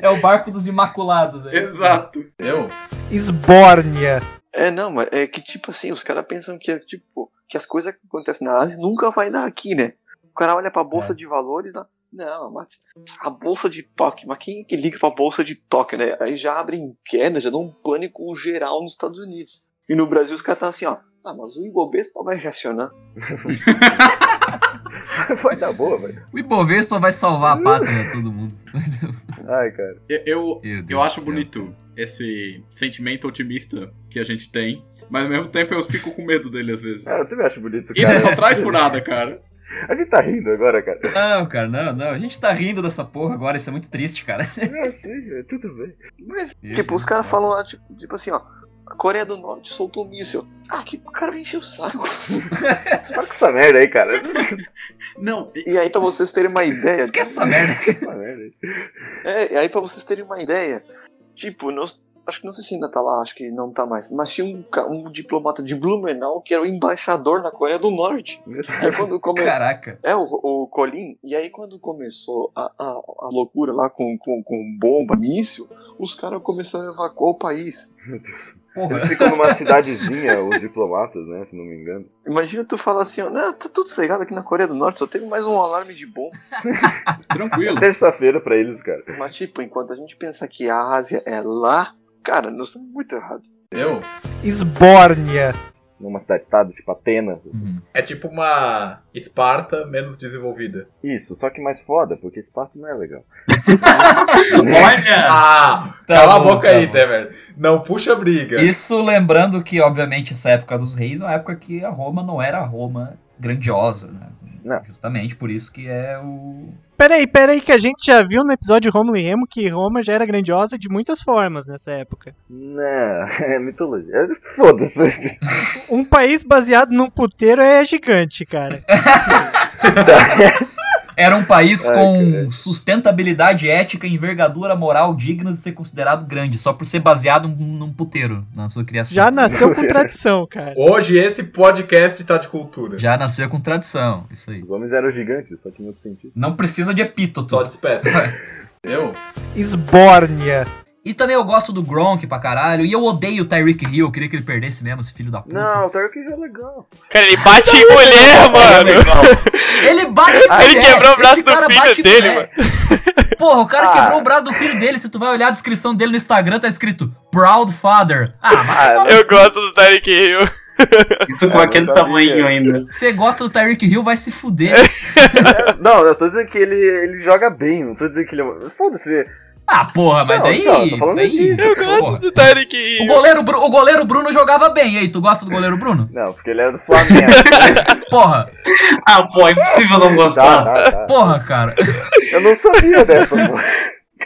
A: É o barco dos Imaculados, é isso?
G: Exato. Eu?
C: Esbórnia.
M: É, não, mas é que tipo assim, os caras pensam que, é, tipo, que as coisas que acontecem na Ásia nunca vai dar aqui, né? O cara olha pra
F: É.
M: bolsa de valores lá. Não, mas a bolsa de Tóquio, mas quem é que liga pra bolsa de Tóquio, né? Aí já abrem queda, já dá um pânico geral nos Estados Unidos. E no Brasil os caras tá assim, ó. Ah, mas o Ibovespa vai reacionar.
F: Vai dar boa, velho.
A: O Ibovespa vai salvar a pátria, todo mundo.
F: Ai, cara.
G: Eu, eu,
A: Meu Deus
G: eu
A: do
G: acho
A: céu.
G: bonito esse sentimento otimista que a gente tem, mas ao mesmo tempo eu fico com medo dele às vezes.
F: Cara, É, eu também acho bonito,
G: Isso
F: cara.
G: só traz furada, cara.
F: A gente tá rindo agora, cara.
A: Não, cara, não, não. A gente tá rindo dessa porra agora, isso é muito triste, cara.
F: É, sim, é, tudo bem.
M: Mas,
A: Meu
M: tipo,
A: Deus
M: os caras falam lá, tipo, tipo assim, ó. A Coreia do Norte soltou um míssil. Ah, que o cara vai encher o saco.
F: Para com essa merda aí, cara.
G: Não,
M: E aí, pra vocês terem uma ideia.
A: Esquece essa merda.
F: Essa merda aí.
M: É, e aí pra vocês terem uma ideia, tipo, não- acho que não sei se ainda tá lá, acho que não tá mais, mas tinha um, ca- um diplomata de Blumenau que era o embaixador na Coreia do Norte. Aí quando come...
A: Caraca.
M: É, o, o Colin, e aí quando começou a, a, a loucura lá com, com, com bomba, míssil, os caras começaram a evacuar o país.
F: Eles ficam numa cidadezinha, os diplomatas, né? Se não me engano.
M: Imagina tu falar assim, ó, "Não, tá tudo cegado aqui na Coreia do Norte, só teve mais um alarme de bomba.
G: Tranquilo.
F: Terça-feira pra eles, cara.
M: Mas tipo, enquanto a gente pensa que a Ásia é lá, cara, nós estamos muito errados.
G: Eu?
C: Esbórnia.
F: Numa cidade-estado, tipo Atenas.
G: É tipo uma Esparta menos desenvolvida.
F: Isso, só que mais foda, porque Esparta não é legal. Né?
G: Olha! Ah,
A: Tá
G: cala
A: bom,
G: a boca
A: tá
G: aí,
A: bom.
G: Demer. Não puxa briga.
A: Isso lembrando que, obviamente, essa época dos reis é uma época que a Roma não era a Roma grandiosa, né? Justamente por isso que é o.
C: Peraí, peraí, que a gente já viu no episódio de Romulo e Remo que Roma já era grandiosa de muitas formas nessa época.
F: Não, é mitologia. É, Foda-se.
C: Um país baseado num puteiro é gigante, cara.
A: Era um país
C: Ai,
A: com sustentabilidade ética e envergadura moral dignas de ser considerado grande, só por ser baseado num, num puteiro na sua criação.
C: Já nasceu com tradição, cara.
G: Hoje esse podcast tá de cultura.
A: Já nasceu com tradição, isso aí.
F: Os homens eram gigantes, só que em outro sentido.
A: Não precisa de epíteto.
G: Só de espécie. eu?
C: Esbórnia.
A: E também eu gosto do Gronk pra caralho, e eu odeio o Tyreek Hill, eu queria que ele perdesse mesmo, esse filho da puta.
F: Não, o Tarkin é legal.
S: Cara, ele bate em mulher, mano.
A: Ele bate em
S: Ele
A: mulher,
S: quebrou o braço
A: esse cara
S: do filho
A: bate em
S: dele,
A: mulher. Porra, o cara
F: Ah.
A: quebrou o braço do filho dele. Se tu vai olhar a descrição dele no Instagram, tá escrito Proud Father. Ah, mas
S: Eu gosto do Tarek Hill.
E: Isso
Q: É,
E: com aquele tamanho ainda.
A: você gosta do Tyreek Hill, vai se fuder.
F: É, Não, eu tô dizendo que ele, ele joga bem, não tô dizendo que ele é. Foda-se.
A: Ah, porra, mas
F: Não,
A: daí.
F: então, tô falando
A: daí
F: disso,
A: porra.
F: eu gosto
S: Do Tarek Hill.
A: O goleiro, Bru- o goleiro Bruno jogava bem. E aí, tu gosta do goleiro Bruno?
F: Não, porque ele era do Flamengo.
A: Porra,
E: Ah, pô, é impossível não gostar.
F: Tá, tá, tá.
A: porra, cara.
F: Eu não sabia dessa, pô.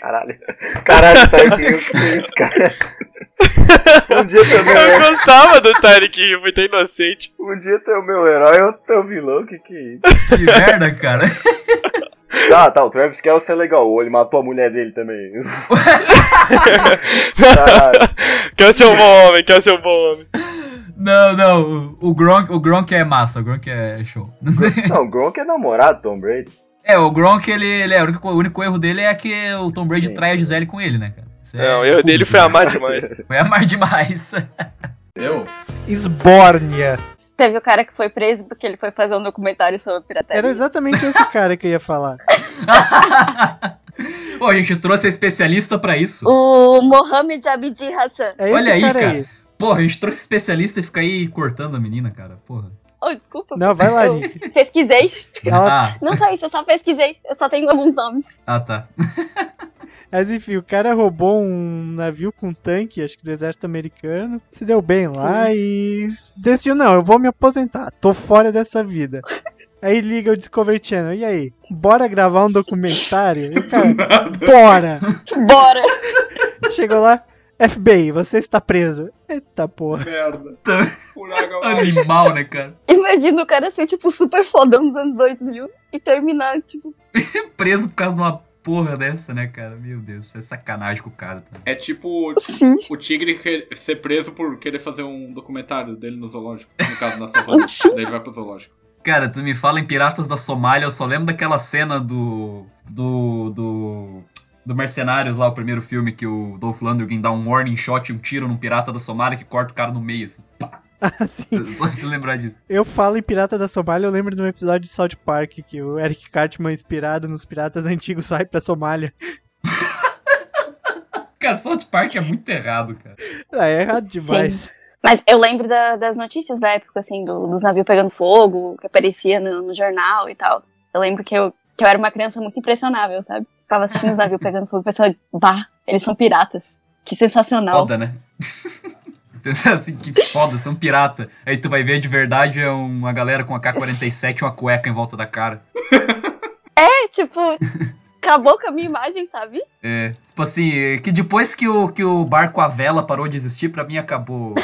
F: Caralho. Caralho, Tarkin, o que é isso, cara? Um dia tu é meu
S: Eu
F: herói,
S: gostava do Tarek Hill, muito inocente.
F: um dia tu é o meu herói, outro tu é o vilão, que que é isso?
A: Que merda, cara.
F: Tá, tá, o Travis Kelce é legal, ele matou a mulher dele também. Caralho.
S: Quer ser um bom homem, quer ser um bom homem.
A: Não, não. O Gronk, o Gronk é massa. O Gronk é show.
F: Não, o Gronk é namorado do Tom Brady.
A: É, o Gronk, ele, ele é, o, único, o único erro dele é que o Tom Brady trai a Gisele com ele, né, cara? Isso é
S: Não, o erro
A: público,
S: dele foi
A: né?
S: amar demais.
A: Foi amar demais.
G: Eu?
C: Esbórnia.
D: Teve o cara que foi preso porque ele foi fazer um documentário sobre pirataria.
C: Era exatamente esse cara que eu ia falar.
A: Pô, a gente trouxe a especialista pra isso.
D: O Mohamed Abdi Hassan.
C: É
A: Olha aí, cara. Porra, a gente trouxe especialista e fica aí cortando a menina, cara. Porra.
D: Oh, desculpa.
C: Não, vai lá,
D: Eu
C: Nick.
D: Pesquisei.
A: Ah,
D: Não só isso, eu só pesquisei. Eu só tenho alguns nomes.
A: ah, tá.
C: Mas enfim, o cara roubou um navio com tanque, acho que do exército americano. Se deu bem lá e decidiu, não, eu vou me aposentar. Tô fora dessa vida. Aí liga o Discovery Channel. E aí? Bora gravar um documentário? E o cara, bora!
D: Bora!
C: Chegou lá, FBI, você está preso. Eita porra.
G: Merda.
A: Animal, né, cara?
D: Imagina o cara ser, tipo, super fodão dos anos 2000 e terminar, tipo,
A: Preso por causa de uma porra dessa, né, cara? Meu Deus, isso é sacanagem com o cara. Tá?
G: É tipo o- o tigre quer- ser preso por querer fazer um documentário dele no zoológico. No caso, na savana. Daí ele vai pro zoológico.
A: Cara, tu me fala em Piratas da Somália, eu só lembro daquela cena do. do. do. do Mercenários lá, o primeiro filme que o Dolph Lundgren dá um warning shot, um tiro num pirata da Somália que corta o cara no meio, assim. Pá. Só se lembrar disso.
C: Eu falo em Pirata da Somália, eu lembro de um episódio de South Park que o Eric Cartman, inspirado nos piratas antigos, sai pra Somália.
A: Cara, South Park é muito errado, cara.
C: Ah, é errado demais.
D: Sim. Mas eu lembro da- das notícias da época, assim, do- dos navios pegando fogo, que aparecia no, no jornal e tal. Eu lembro que eu, que eu era uma criança muito impressionável, sabe? Ficava assistindo os navios pegando fogo e pensava, bah, eles são piratas. Que sensacional.
A: Foda, né? Pensar assim, que foda, são pirata. Aí tu vai ver de verdade é uma galera com AK-47 e uma cueca em volta da cara.
D: É, tipo, acabou com a minha imagem, sabe?
A: É, tipo assim, é que depois que o, que o barco à vela parou de existir, pra mim acabou.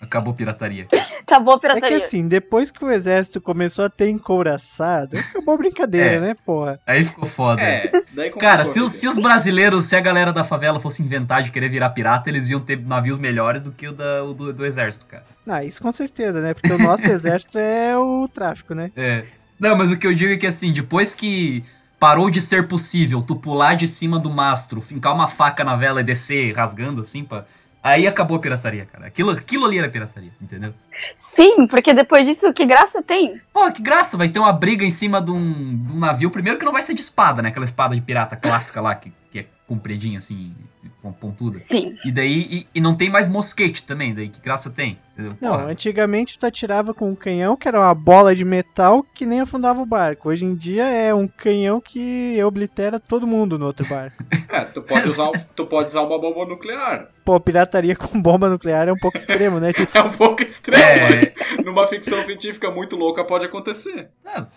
A: Acabou a pirataria.
D: Acabou a
C: É que
D: pirataria.
C: assim, depois que o exército começou a ter encouraçado, acabou a brincadeira,
A: É.
C: né, porra?
A: Aí ficou foda.
C: É,
G: daí complicou,
A: Cara, se os,
G: né?
A: se os brasileiros, se a galera da favela fosse inventar de querer virar pirata, eles iam ter navios melhores do que o, da, o do, do exército, cara.
C: Ah, isso com certeza, né? Porque o nosso exército é o tráfico, né?
A: É. Não, mas o que eu digo é que assim, depois que parou de ser possível tu pular de cima do mastro, fincar uma faca na vela e descer rasgando assim, pá, aí acabou a pirataria, cara. Aquilo, aquilo ali era pirataria, entendeu?
D: Sim, porque depois disso, que graça tem?
A: Pô, que graça, vai ter uma briga em cima de um, de um navio. Primeiro que não vai ser de espada, né? Aquela espada de pirata clássica lá, que, que é compridinha assim, com pontuda.
D: Sim.
A: E daí, e, e não tem mais mosquete também, daí que graça tem? Entendeu?
C: Não,
A: Porra.
C: antigamente tu atirava com um canhão que era uma bola de metal que nem afundava o barco. Hoje em dia é um canhão que oblitera todo mundo no outro barco.
G: É, tu pode usar, tu pode usar uma bomba nuclear.
C: Pô, pirataria com bomba nuclear é um pouco extremo, né? Tito?
G: É um pouco extremo,
A: É.
G: mas numa ficção científica muito louca pode acontecer.
A: É.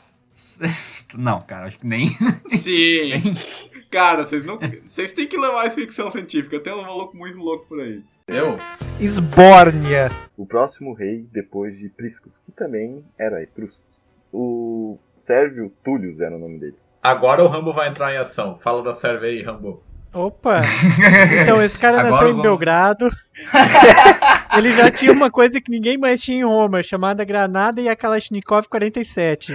A: Não, cara, acho que nem.
G: Sim. Cara, vocês não. Vocês têm que levar essa ficção científica. Tem um maluco muito louco por aí. Eu?
C: Esbórnia.
F: O próximo rei depois de Priscus, que também era etrusco. O Sérvio Túlius era o nome dele.
G: Agora o Rambo vai entrar em ação. Fala da serva aí, Rambo.
C: Opa! Então, esse cara
G: Agora
C: nasceu em
G: vamos-
C: Belgrado. Ele já tinha uma coisa que ninguém mais tinha em Roma, chamada Granada e a Kalashnikov 47.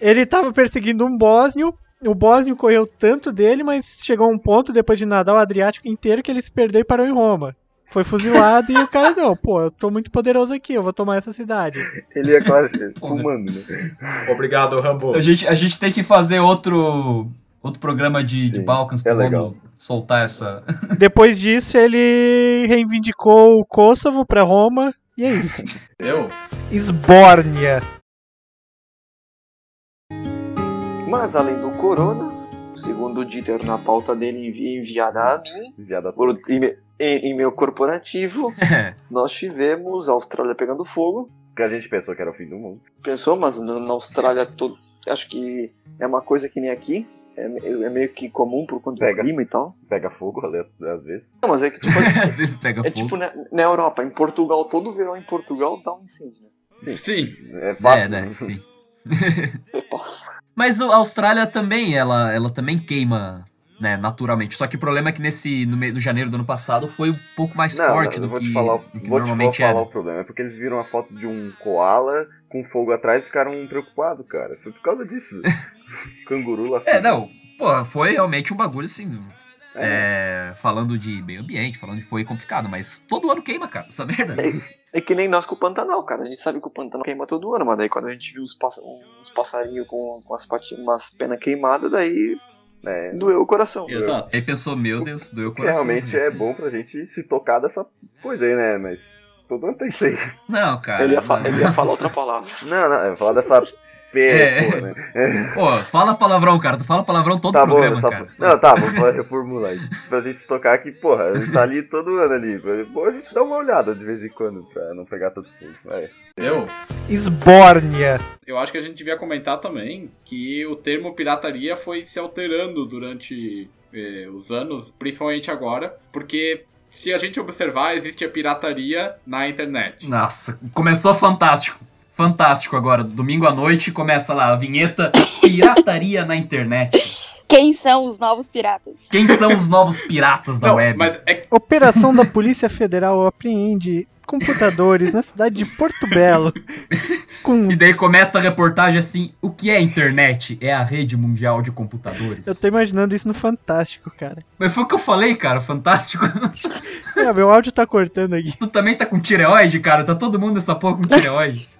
C: Ele tava perseguindo um bósnio. O bósnio correu tanto dele, mas chegou a um ponto, depois de nadar o Adriático inteiro, que ele se perdeu e parou em Roma. Foi fuzilado e o cara, não, pô, eu tô muito poderoso aqui, eu vou tomar essa cidade.
F: Ele é claro, humano, né?
G: Obrigado, Rambo.
A: A gente, a gente tem que fazer outro outro programa de, de Balkans pra
F: é legal.
A: vamos soltar essa.
C: Depois disso, ele reivindicou o Kosovo pra Roma, e é isso.
G: Eu?
C: Esbórnia.
M: Mas além do corona, segundo o Dieter na pauta dele envi- enviada a mim,
F: Enviada
M: por e- em, em meu corporativo, nós tivemos a Austrália pegando fogo.
F: Que a gente pensou que era o fim do mundo.
M: Pensou, mas na, na Austrália to- acho que é uma coisa que nem aqui. É, me- é meio que comum por conta do clima e tal.
F: Pega fogo ale- às vezes.
M: Não, mas é que tipo,
A: Às vezes pega
M: é tipo na, na Europa, em Portugal, todo verão em Portugal dá um incêndio, né?
F: Sim.
A: É,
F: fato.
A: né? Sim.
M: Nossa.
A: Mas o- a Austrália também, ela, ela também queima né, naturalmente. Só que o problema é que nesse no meio do janeiro do ano passado foi um pouco mais
F: Não,
A: forte
F: não, eu
A: do,
F: vou
A: que,
F: te falar, o-
A: do que
F: vou
A: normalmente
F: te falar
A: era.
F: o problema. É porque eles viram a foto de um koala com fogo atrás e ficaram preocupados, cara. Foi por causa disso. Canguru lá
A: É, não, pô, foi realmente um bagulho assim. é, falando de meio ambiente, falando de foi complicado, mas todo ano queima, cara, essa merda.
M: É que nem nós com o Pantanal, cara. A gente sabe que o Pantanal queima todo ano, mas daí quando a gente viu os, passa- uns passarinhos com, com as patinhas, umas penas queimadas, daí né, doeu o coração.
A: Ele pensou, meu Deus, doeu o
F: Que
A: coração.
F: realmente é
G: assim.
A: isso.
F: bom pra gente se tocar dessa coisa aí, né? Mas todo ano tem isso aí.
A: Não, cara. não.
M: palavra.
F: Não, não, eu ia falar dessa perda,
A: É.
F: né?
A: Pô, fala palavrão, cara. Tu fala palavrão todo
F: Tá bom,
A: programa,
F: só-
A: cara.
F: Não, tá, vou falar- reformular. aí. Pra gente se tocar que, porra, a gente tá ali todo ano ali. Pô, a gente dá uma olhada de vez em quando pra não pegar todo mundo. Vai.
G: Eu?
C: Esbórnia.
G: Eu acho que a gente devia comentar também que o termo pirataria foi se alterando durante eh, os anos, principalmente agora, porque se a gente observar, existe a pirataria na internet.
A: Nossa, começou fantástico. Fantástico agora. Domingo à noite começa lá a vinheta Pirataria na internet.
D: Quem são os novos piratas?
A: Quem são os novos piratas da web?
C: é Operação da Polícia Federal apreende computadores na cidade de Porto Belo.
A: E daí começa a reportagem assim: o que é internet? É a rede mundial de computadores.
C: Eu tô imaginando isso no Fantástico, cara.
A: Mas foi o que eu falei, cara, fantástico.
C: É, meu áudio tá cortando aqui.
A: Tu também tá com tireoide, cara? Tá todo mundo nessa porra com tireoide.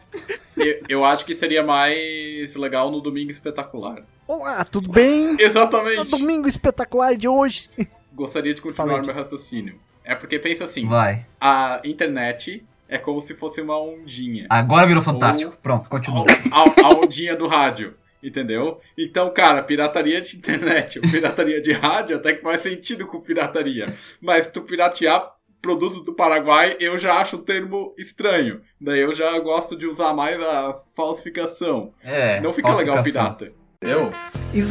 G: Eu, eu acho que seria mais legal no Domingo Espetacular.
C: Olá, Ah, tudo bem?
G: Exatamente.
C: É o domingo espetacular de hoje.
G: Gostaria de continuar meu raciocínio. É porque pensa assim:
A: Vai.
G: a internet é como se fosse uma ondinha.
A: Agora virou fantástico. Pronto, continua.
G: a, a ondinha do rádio, entendeu? Então, cara, pirataria de internet, ou pirataria de rádio até que faz sentido com pirataria. Mas tu piratear produtos do Paraguai, eu já acho o termo estranho. Daí eu já gosto de usar mais a falsificação.
A: É,
G: Não fica legal
A: falsificação.
G: pirata. Entendeu?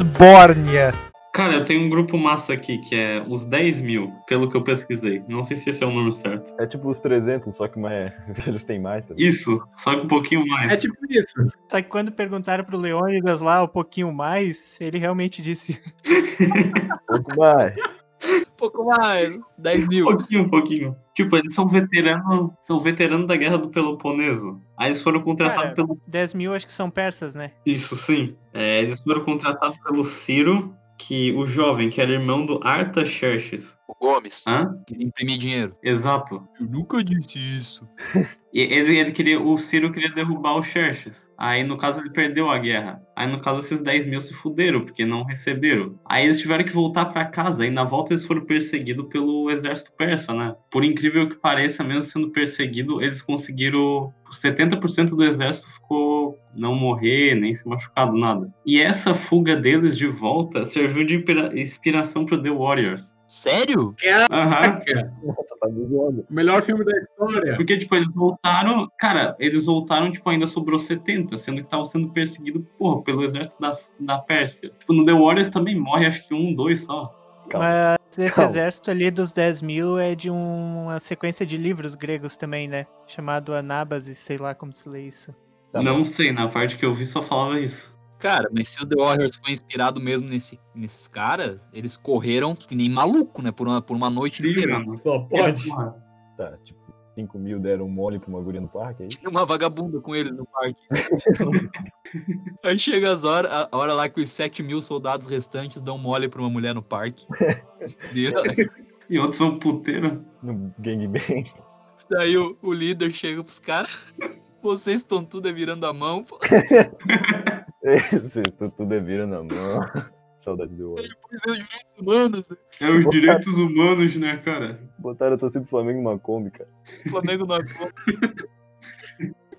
C: Esbórnia.
E: Cara, eu tenho um grupo massa aqui que é os 10 mil, pelo que eu pesquisei. Não sei se esse é o número certo.
Q: É tipo os 300, só que mais, eles têm mais tá? também.
E: Isso, só que um pouquinho mais.
H: É tipo isso. Só que quando perguntaram pro Leônidas lá um pouquinho mais, ele realmente disse.
F: Um
Q: pouco mais.
K: Um
J: pouco mais, 10 mil.
E: Um pouquinho, um pouquinho. Tipo, eles são veteranos são veterano da Guerra do Peloponeso. Aí eles foram
K: É.
E: contratados
H: Cara,
E: pelo
H: 10 mil acho que são persas, né?
E: Isso, sim. É, eles foram contratados pelo Ciro, que o jovem, que era irmão do Artaxerxes.
J: O Gomes.
E: Hã?
J: Queria imprimir dinheiro.
E: Exato.
J: Eu nunca disse isso.
E: E ele, ele queria, o Ciro queria derrubar o Xerxes. Aí, no caso, ele perdeu a guerra. Aí, no caso, esses 10 mil se fuderam, porque não receberam. Aí eles tiveram que voltar pra casa, e na volta eles foram perseguidos pelo exército persa, né? Por incrível que pareça, mesmo sendo perseguido, eles conseguiram. 70% do exército ficou não morrer, nem se machucado, nada. E essa fuga deles de volta serviu de inspira- inspiração pro The Warriors.
J: Sério?
E: Aham.
K: Melhor filme da
G: É.
K: história.
E: Porque, tipo, eles voltaram. Cara, eles voltaram, tipo, ainda sobrou 70, sendo que estavam sendo perseguidos, porra, pelo exército da, da Pérsia. Tipo, no The Warriors também morre, acho que um, dois só.
H: Mas esse
E: Calma.
H: exército ali dos 10 mil é de um- uma sequência de livros gregos também, né? Chamado Anábasis, sei lá como se lê isso.
E: Não sei, na parte que eu vi só falava isso.
J: Cara, mas se o The Warriors foi inspirado mesmo nesse, nesses caras, eles correram que nem maluco, né? Por uma, por uma noite inteira. É,
K: Só
J: pode.
Q: Tá, tipo, 5 mil deram mole pra uma guria no parque é aí.
J: Uma vagabunda com eles no parque. Aí chega as horas, a hora lá que os 7 mil soldados restantes dão mole pra uma mulher no parque.
E: E outros são puteiro.
Q: No gangbang.
J: Daí o, o líder chega pros caras. Vocês estão tudo é virando a mão. pô."
Q: Esse, É tu, tu devira na mão. Saudade do olho.
J: Humanos, né?
E: É os direitos humanos, né, cara?
Q: Botaram a torcida do Flamengo numa Kombi, cara.
J: O Flamengo não aguenta.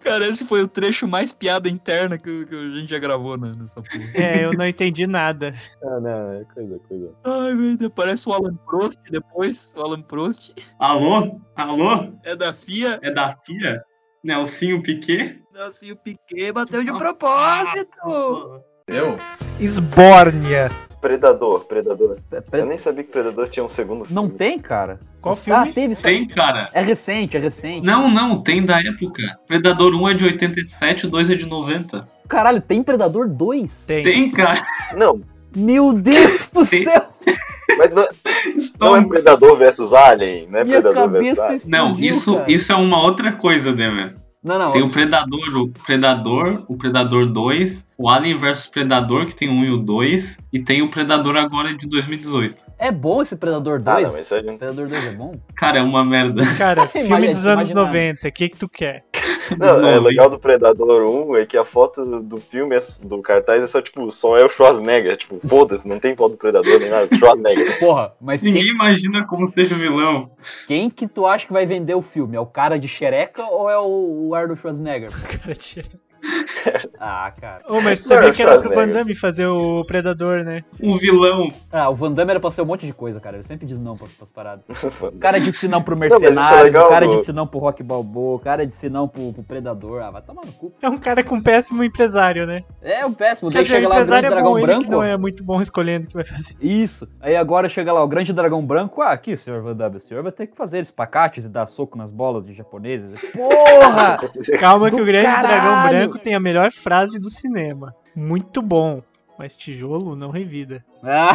J: Cara, esse foi o trecho mais piada interna que, que a gente já gravou né, nessa porra.
H: É, eu não entendi nada.
Q: Ah, não, é coisa, coisa.
J: Ai, velho, parece o Alan Prost depois. O Alan Prost.
E: Alô? Alô?
J: É da FIA.
E: É da FIA? Nelsinho Piquet?
J: Nelsinho Piquet bateu de propósito.
G: Eu?
C: Esbórnia.
F: Predador, Predador. Eu nem sabia que Predador tinha um segundo filme.
T: Não tem, cara?
H: Qual
T: filme? Ah, teve
E: Tem, cara.
T: É recente, é recente.
E: Não, não, tem da época. Predador 1 é de 87, o 2 é de 90.
T: Caralho, tem Predador 2?
E: Tem, cara.
F: Não.
T: Meu Deus do céu!
F: Mas não, não é Predador versus Alien, né?
E: Minha
F: Predador versus
E: cabeça
F: Alien.
E: explodiu, Não, isso, isso é uma outra coisa, Demer.
A: Não, não.
E: Tem o Predador, o Predador, o Predador 2, o Alien vs Predador, que tem o 1 e o 2, e tem o Predador agora de 2018.
T: É bom esse Predador 2?
E: Ah, não, isso
T: Predador 2 é bom?
E: Cara, é uma merda.
C: Cara, filme
T: Imagina-
C: dos anos
T: imagina-
C: 90, o que que tu quer?
F: Não, é legal do Predador 1 é que a foto do filme, é- do cartaz, é só, tipo, só é o Schwarzenegger. Tipo, foda-se, não tem foto do Predador nem nada, Schwarzenegger.
T: Porra, mas
E: Ninguém
T: quem-
E: imagina como seja o vilão.
T: Quem que tu acha que vai vender o filme? É o cara de xereca ou é o o Arnold Schwarzenegger? O
C: cara de xereca.
T: Ah, cara.
C: Ô, mas tu sabia que
Q: né?
C: era pro Van Damme fazer o Predador, né?
E: Um vilão.
T: Ah, o Van Damme era pra ser um monte de coisa, cara. Ele sempre diz não pras, pras paradas. O cara disse não pro
C: Não, mas isso é
T: Mercenários,
C: legal,
T: o cara
C: pô.
T: disse não pro Rock Balboa, o cara disse não pro, pro Predador. Ah, vai tomar no cu.
C: É um cara com péssimo empresário, né?
T: É um péssimo.
C: Quer
T: Daí
C: dizer,
T: chega
C: o
T: lá o grande
C: empresário é
T: dragão
C: bom, ele que
T: branco.
C: não é muito bom escolhendo o que vai fazer.
T: Isso. Aí agora chega lá o grande dragão branco. Ah, aqui, senhor Van Damme, o senhor vai ter que fazer espacates e dar soco nas bolas de japoneses. Porra!
C: Calma que o grande dragão
T: caralho!
C: branco tem a melhor frase do cinema. Muito bom, mas tijolo não revida.
T: Ah.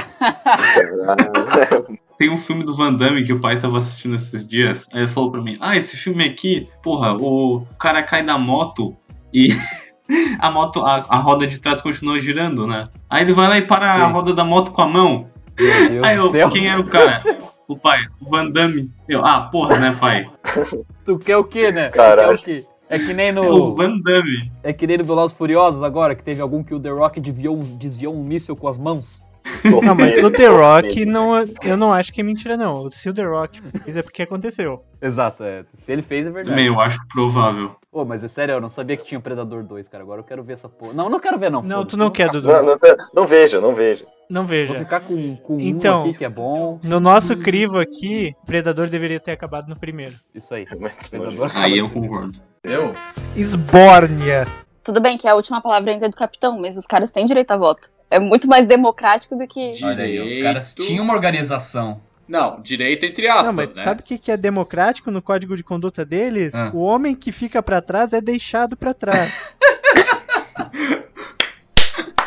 E: Tem um filme do Van Damme que o pai tava assistindo esses dias. Aí ele falou pra mim: Ah, esse filme aqui, porra, o cara cai da moto e a moto, a, a roda de trás continua girando, né? Aí ele vai lá e para a roda da moto com a mão.
T: Deus
E: Aí
T: do
E: eu,
T: céu.
E: quem era o cara? O pai, o Van Damme. Eu, ah, porra, né, pai?
T: Tu quer o quê, né?
E: Caralho.
T: Tu quer o quê? É que nem
E: É o
T: no.
E: Van Damme.
T: É que nem no Velozes e Furiosos agora, que teve algum que o The Rock desviou um, desviou um míssil com as mãos.
C: Não, mas o The Rock, não, é- eu não acho que é mentira, não. Se o The Rock fez, é porque aconteceu.
T: Exato, é. Se ele fez, é verdade.
E: Também, eu acho provável.
T: Pô, mas é sério, eu não sabia que tinha Predador 2, cara. Agora eu quero ver essa porra. Não, não quero ver, não.
C: Não, tu não quer, Dudu.
F: Não, não, pera, não veja, não veja.
C: Não veja.
T: Vou ficar com, com
C: Então,
T: um aqui que é bom.
C: No nosso crivo aqui, Predador deveria ter acabado no primeiro.
T: Isso aí.
C: Predador
E: Aí eu concordo.
G: Eu?
C: Esbórnia.
T: Né?
D: Tudo bem que a última palavra ainda é do capitão, mas os caras têm direito a voto. É muito mais democrático do que.
A: Olha aí, os caras tinham uma organização.
U: Não, direito entre aspas,
C: Não, mas
U: né?
C: sabe o que que é democrático no código de conduta deles?
T: Ah.
C: O homem que fica pra trás é deixado pra trás.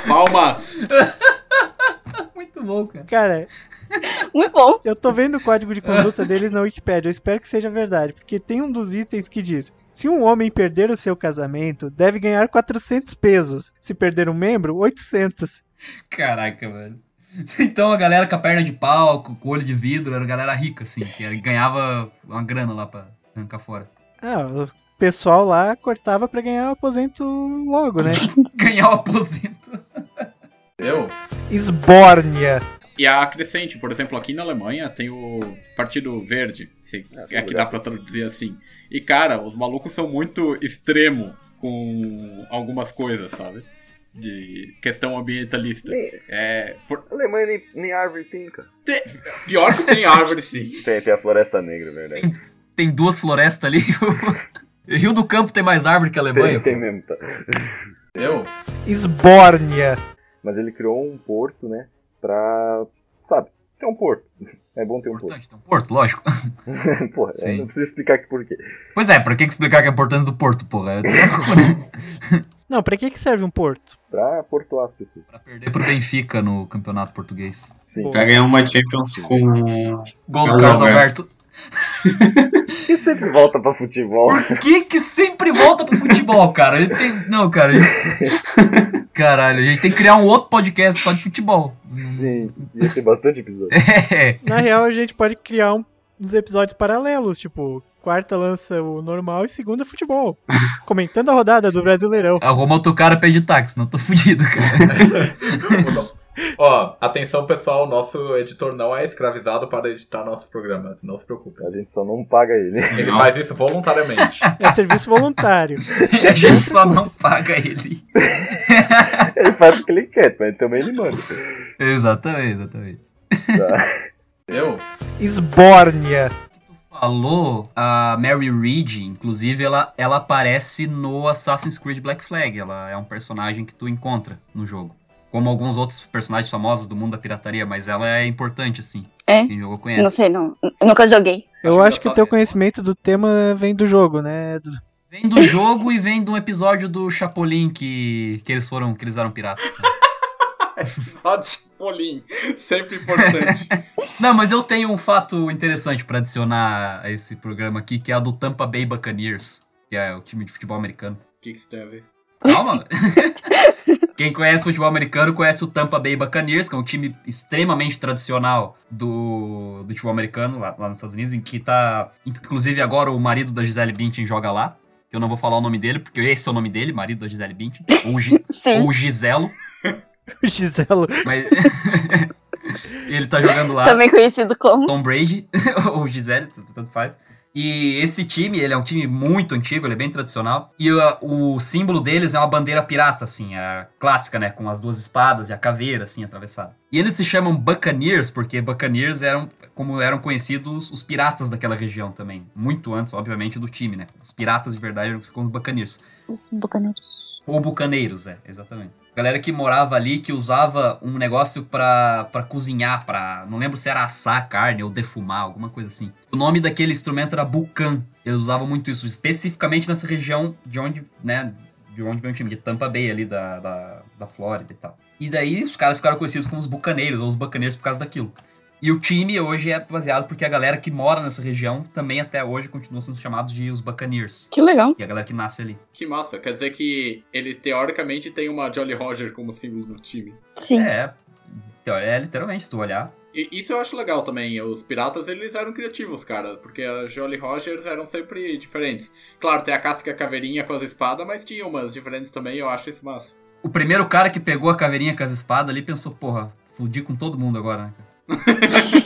U: Palmas!
T: Muito bom, cara.
C: Cara,
D: muito bom.
C: Eu tô vendo o código de conduta deles na Wikipédia. Eu espero que seja verdade, porque tem um dos itens que diz: se um homem perder o seu casamento, deve ganhar 400 pesos. Se perder um membro, 800.
A: Caraca, velho. Então a galera com a perna de pau, com o olho de vidro, era a galera rica, assim, que ganhava uma grana lá pra arrancar fora.
C: Ah, o pessoal lá cortava pra ganhar o aposento logo, né?
A: Ganhar o aposento.
G: Eu?
C: Esbórnia.
G: E a crescente, por exemplo, aqui na Alemanha tem o Partido Verde, se é que dá pra traduzir assim. E cara, os malucos são muito extremo com algumas coisas, sabe? De questão ambientalista.
F: Bem,
G: É, por-
F: A Alemanha nem, nem árvore tem, cara.
G: pior que tem árvore, sim.
F: Tem, tem a Floresta Negra, é verdade.
A: Tem duas florestas ali. Rio do Campo tem mais árvore que a Alemanha.
F: Tem, tem mesmo, tá.
G: Eu?
C: Esbórnia.
F: Mas ele criou um porto, né, pra... Sabe, ter um porto. É bom ter um porto.
A: Porto, lógico.
F: Porra,
A: Sim.
F: eu não preciso explicar aqui por quê.
A: Pois é, pra que explicar que a importância do Porto, porra? É
C: Não, pra que, que serve um porto?
F: Pra portoar as pessoas.
A: Pra perder pro Benfica no campeonato português.
F: Sim.
E: Pra ganhar uma Champions com.
A: Gol do Carlos Alberto.
F: E sempre volta pra futebol.
A: Por que que sempre volta pro futebol, cara? Ele tem- Não, cara. ele- Caralho, a gente tem que criar um outro podcast só de futebol.
F: Sim, ia ter bastante episódio.
A: É.
C: Na real, a gente pode criar um- uns episódios paralelos, tipo, quarta lança o normal e segunda futebol. Comentando a rodada do Brasileirão.
A: Arruma outro cara pra editar, que senão eu tô fudido, cara.
G: Ó, atenção pessoal, nosso editor não é escravizado para editar nosso programa, não se preocupe.
F: A gente só não paga ele.
G: Ele
F: Não.
G: faz isso voluntariamente.
C: É serviço voluntário.
A: a gente só não paga ele.
F: ele faz o que ele quer, mas também ele manda.
A: Exatamente, exatamente.
F: Tá.
G: Eu?
C: Esbórnia.
A: Falou a Mary Reed, inclusive ela, ela aparece no Assassin's Creed Black Flag. Ela é um personagem que tu encontra no jogo. Como alguns outros personagens famosos do mundo da pirataria, mas ela é importante, assim.
D: É?
A: Quem jogou conhece.
D: Não sei, não. Eu nunca joguei.
C: Eu acho que o teu conhecimento do tema vem do jogo, né? Dudu?
A: Vem do jogo e vem de um episódio do Chapolin que, que eles foram, que eles eram piratas. tá?
G: Polim, sempre importante.
A: Não, mas eu tenho um fato interessante pra adicionar a esse programa aqui, que é a do Tampa Bay Buccaneers, que é o time de futebol americano.
G: O que que isso tem a ver?
A: Calma! Quem conhece futebol americano conhece o Tampa Bay Buccaneers, que é um time extremamente tradicional do, do futebol americano lá, lá nos Estados Unidos, em que tá. Inclusive agora o marido da Gisele Bündchen joga lá. que Eu não vou falar o nome dele, porque esse é o nome dele, marido da Gisele Bündchen. Ou, Gi, ou Giselo.
H: O Giselo.
A: Mas ele tá jogando lá.
D: Também conhecido como.
A: Tom Brady, ou Gisele, tanto tanto faz. E esse time, ele é um time muito antigo, ele é bem tradicional. E uh, o símbolo deles é uma bandeira pirata, assim, a clássica, né? Com as duas espadas e a caveira, assim, atravessada. E eles se chamam Buccaneers, porque Buccaneers eram como eram conhecidos os piratas daquela região também. Muito antes, obviamente, do time, né? Os piratas de verdade eram como os Buccaneers.
D: Os bucaneiros.
A: Ou bucaneiros, é, exatamente. Galera que morava ali, que usava um negócio pra, pra cozinhar, pra. Não lembro se era assar a carne ou defumar, alguma coisa assim. O nome daquele instrumento era bucan. Eles usavam muito isso, especificamente nessa região de onde, né? De onde vem o time, de Tampa Bay ali da, da, da Flórida e tal. E daí os caras ficaram conhecidos como os bucaneiros, ou os bucaneiros por causa daquilo. E o time hoje é baseado porque a galera que mora nessa região também até hoje continua sendo chamados de os Buccaneers.
D: Que legal.
A: E a galera que nasce ali.
G: Que massa, quer dizer que ele teoricamente tem uma Jolly Roger como símbolo do time.
D: Sim.
A: É, então, é literalmente, se tu olhar.
G: E isso eu acho legal também. Os piratas, eles eram criativos, cara. Porque as Jolly Rogers eram sempre diferentes. Claro, tem a casca e a caveirinha com as espadas, mas tinha umas diferentes também. Eu acho isso massa.
A: O primeiro cara que pegou a caveirinha com as espadas ali pensou, porra, fudi com todo mundo agora, né? cara?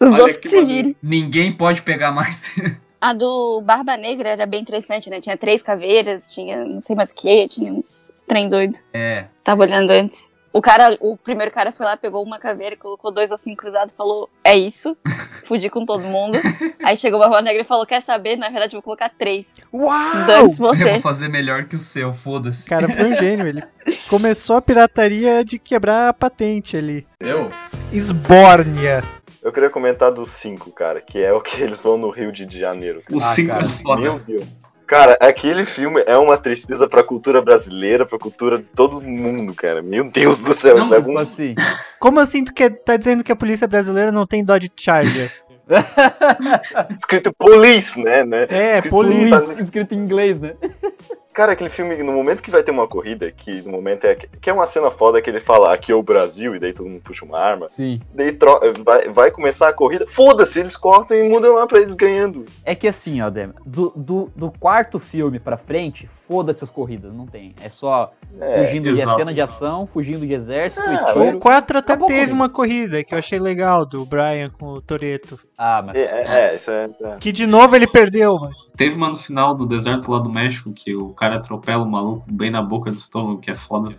D: Os
G: Olha
D: outros
G: que
D: se
G: maneiro.
D: virem.
A: Ninguém pode pegar mais.
D: A do Barba Negra era bem interessante, né? Tinha três caveiras, tinha não sei mais o que, tinha uns trem doido.
A: É.
D: Tava olhando antes. O cara, o primeiro cara foi lá, pegou uma caveira, colocou dois ossinhos cruzados e falou, é isso. Fudi com todo mundo. Aí chegou o Barba Negra e falou, quer saber? Na verdade, eu vou colocar três.
H: Uau!
D: Dane-se
A: Eu
D: você.
A: vou fazer melhor que o seu, foda-se.
H: cara foi um gênio. Ele começou a pirataria de quebrar a patente ali.
V: Eu?
H: Esbórnia.
F: Eu queria comentar dos cinco, cara, que é o que eles vão no Rio de Janeiro. cara.
H: Os Ah, cinco cara. é foda.
F: Meu Deus. Cara, aquele filme é uma tristeza pra cultura brasileira, pra cultura de todo mundo, cara. Meu Deus do céu. é um
C: Não,
F: sabe?
C: tipo assim.
H: Como assim tu quer, tá dizendo que a polícia brasileira não tem Dodge Charger?
F: Escrito police, né? né?
H: É,
F: Escrito
C: Police,
F: tá-
C: escrito em inglês, né?
F: Cara, aquele filme, no momento que vai ter uma corrida, que no momento é. Que é uma cena foda que ele fala aqui é o Brasil, e daí todo mundo puxa uma arma.
C: Sim.
F: Daí tro- vai, vai começar a corrida. Foda-se, eles cortam e mudam lá pra eles ganhando.
C: É que assim, ó, Dem, do, do, do quarto filme pra frente, foda-se as corridas, não tem. É só
F: É,
C: fugindo de
F: exato,
C: cena de ação, fugindo de exército
H: Ah,
C: e tiro.
H: o 4 até
C: Acabou a
H: teve
C: corrida.
H: uma corrida que eu achei legal, do Brian com o Toreto.
C: Ah, mas.
F: É, é, é, isso é. é.
H: Que de novo ele perdeu, mas.
E: Teve uma no final do deserto lá do México que o cara atropela o maluco bem na boca do estômago, que é foda.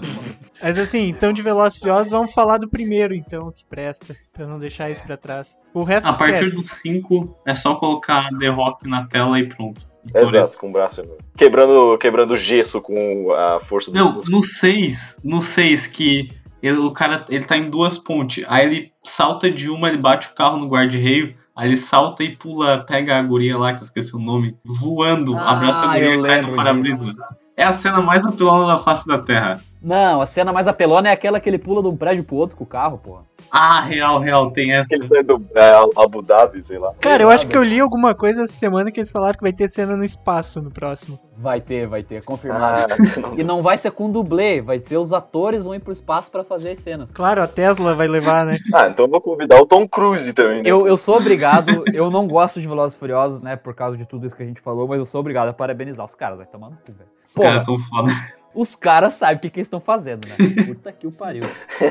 H: Mas assim, então de Velozes e Furiosos, vamos falar do primeiro, então, que presta, pra não deixar isso pra trás. O resto
E: A partir
H: esquece.
E: dos 5 é só colocar The Rock na tela e pronto.
F: Exato, com o braço. né? Quebrando, quebrando gesso com a força do
E: Não, no 6, no 6 que ele- o cara ele tá em duas pontes, aí ele salta de uma, ele bate o carro no guarda-reio, aí ele salta e pula, pega a guria lá, que eu esqueci o nome, voando,
C: Ah,
E: abraça a guria
C: eu
E: e cai
C: lembro
E: no para-brisa. É a cena mais apelona da face da Terra.
C: Não, a cena mais apelona é aquela que ele pula de um prédio pro outro com o carro, porra.
E: Ah, real, real, tem essa.
F: Ele sai do é, Abu Dhabi, sei lá.
H: Cara, eu acho que eu li alguma coisa essa semana que eles falaram que vai ter cena no espaço no próximo.
C: Vai ter, vai ter, confirmado.
F: Ah,
C: e não vai ser com dublê, vai ser os atores vão ir pro espaço pra fazer as cenas.
H: Claro, a Tesla vai levar, né?
F: Ah, então eu vou convidar o Tom Cruise também, né?
C: Eu, eu sou obrigado, eu não gosto de Velozes e Furiosos, né, por causa de tudo isso que a gente falou, mas eu sou obrigado a parabenizar os caras, vai tomar no cu, velho.
E: Os
C: Porra,
E: caras são foda.
C: Os caras sabem o que, que eles estão fazendo, né? Puta que o pariu.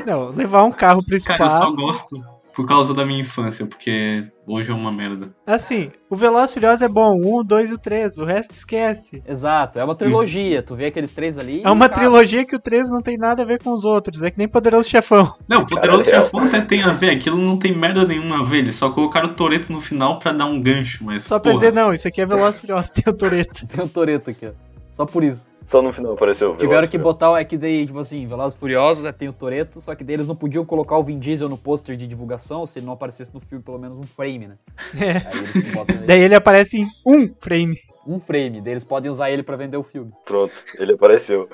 H: Não, levar um carro pro espaço.
E: Cara, eu só gosto por causa da minha infância, porque hoje é uma merda.
H: Assim, o Veloz e Furioso é bom, o 1, o 2 e o 3, o resto esquece.
C: Exato, é uma trilogia, tu vê aqueles três ali.
H: É uma
C: cara,
H: trilogia que o 3 não tem nada a ver com os outros, é que nem Poderoso Chefão.
E: Não, Poderoso
F: Cara, é.
E: Chefão até tem a ver, aquilo não tem merda nenhuma a ver, eles só colocaram o Toreto no final pra dar um gancho, mas.
H: Só pra
E: porra.
H: dizer, não, isso aqui é Veloz e Furioso, tem o Toreto.
C: Tem o Toreto aqui, ó. Só por isso.
F: Só no final apareceu o
C: Tiveram
F: Veloz,
C: que botar, o- é que daí, tipo assim, Velozes e Furiosos, né, tem o Toreto, só que daí eles não podiam colocar o Vin Diesel no pôster de divulgação se ele não aparecesse no filme pelo menos um frame, né?
H: É.
C: Aí eles botam ele-
H: Daí ele aparece em um frame.
C: um frame, daí eles podem usar ele pra vender o filme.
F: Pronto, ele apareceu.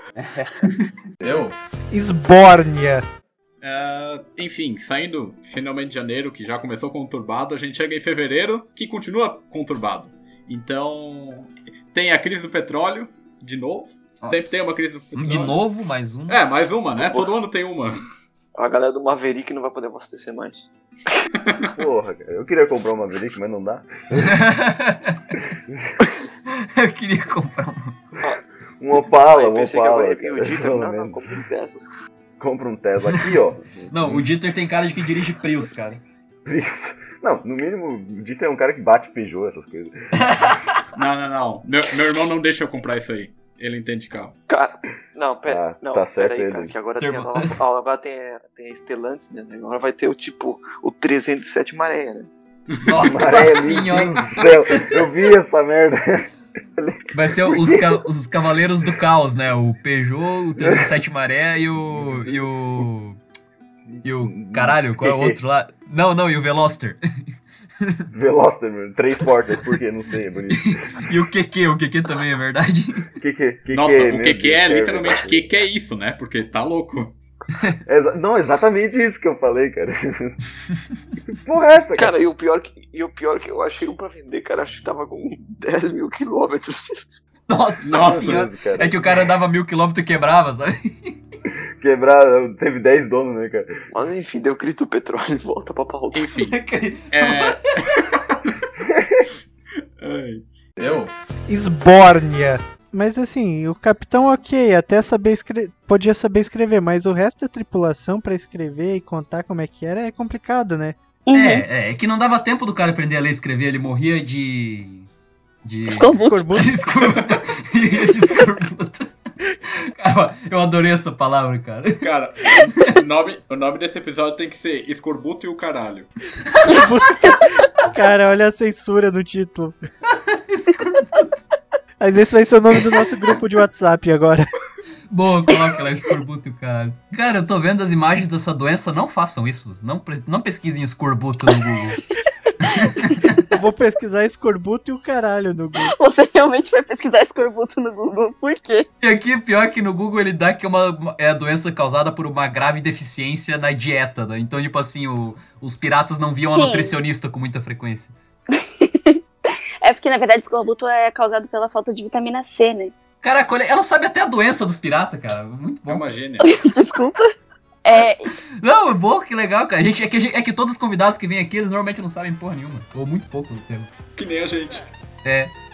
V: Eu?
H: Esbórnia.
G: Ah, enfim, saindo finalmente de janeiro, que já começou conturbado, a gente chega em fevereiro, que continua conturbado. Então, tem a crise do petróleo, de novo.
A: Nossa.
G: Sempre tem uma crise do
A: Um
G: petróleo.
A: de novo, mais um.
G: É, mais uma, né?
M: Nossa.
G: Todo ano tem uma.
M: A galera do Maverick não vai poder abastecer mais.
F: Porra, cara. Eu queria comprar uma Maverick, mas não dá.
A: eu queria comprar
F: um Opala, um
A: pensei que
F: Opala.
A: eu ia vir o
F: cara,
A: Dieter,
F: pelo
A: não, não,
F: menos.
M: compra um Tesla.
F: Compra um Tesla aqui, ó.
A: Não, o Dieter tem cara de que dirige Prius, cara.
F: Não, no mínimo, o Dieter é um cara que bate Peugeot, essas coisas.
G: Não, não, não. Meu, meu irmão não deixa eu comprar isso aí. Ele entende carro.
M: Cara, não, pera, não,
F: tá certo
M: pera aí,
F: ele.
M: cara, que agora
F: Teu
M: tem, a
F: irmão.
M: nova, ah, agora tem, a- tem a Stellantis, né? Agora vai ter o tipo, o 307 Maré, né?
F: Maré, meu Deus do céu. Eu vi essa merda.
A: Vai ser os, ca- os Cavaleiros do Caos, né? O Peugeot, o 37 Maré e o. E o. E o. Caralho, qual é o outro lá? Não, não, e o Veloster.
F: Veloster, mano. Três portas, por quê? Não sei, é bonito.
A: E o QQ, o QQ também é verdade.
F: Que é? que, que
G: Nossa,
F: que,
G: o
F: meu
G: que, que
F: Deus,
G: é
F: cara,
G: literalmente o que, que é isso, né? Porque tá louco.
F: É exa- não, exatamente isso que eu falei, cara. Porra, é essa,
M: cara. e o pior que, e o pior que eu achei um pra vender, cara, acho que tava com 10 mil quilômetros.
A: Nossa,
F: Nossa,
A: senhora.
F: cara.
A: É que o cara andava mil quilômetros e quebrava, sabe?
F: Quebrar, teve 10 donos, né, cara?
M: Mas enfim, deu crise do petróleo e volta pra pauta.
G: Enfim, é... Eu?
C: Esbórnia. Mas assim, o capitão ok, até saber escrever, podia saber escrever, mas o resto da tripulação pra escrever e contar como é que era é complicado, né?
A: É, é, é que não dava tempo do cara aprender a ler e escrever, ele morria de. De.
C: Escorbuto.
A: Escorbuto. Morria de escorbuto. Cara, eu adorei essa palavra, cara.
G: Cara, o nome, o nome desse episódio tem que ser Escorbuto e o Caralho.
C: Cara, olha a censura no título. Mas esse vai ser o nome do nosso grupo de WhatsApp agora.
A: Boa, coloca lá escorbuto, e o caralho. Cara, eu tô vendo as imagens dessa doença, não façam isso. Não, pre- não pesquisem escorbuto no Google.
C: Eu vou pesquisar escorbuto e o caralho no Google.
D: Você realmente vai pesquisar escorbuto no Google, por quê?
A: E aqui, pior que no Google, ele dá que é, uma, é a doença causada por uma grave deficiência na dieta, né? Então, tipo assim, o- os piratas não viam
D: Sim.
A: a nutricionista com muita frequência.
D: É porque, na verdade, escorbuto é causado pela falta de vitamina C, né?
A: Caraca, olha, ela sabe até a doença dos piratas, cara. Muito bom. É
G: uma gênia.
D: Desculpa. É,
A: Não, é bom, que legal, cara. A gente, é, que, a gente- é que todos os convidados que vêm aqui, eles normalmente não sabem porra nenhuma. Ou muito pouco do tema.
G: Que nem a gente.
A: É.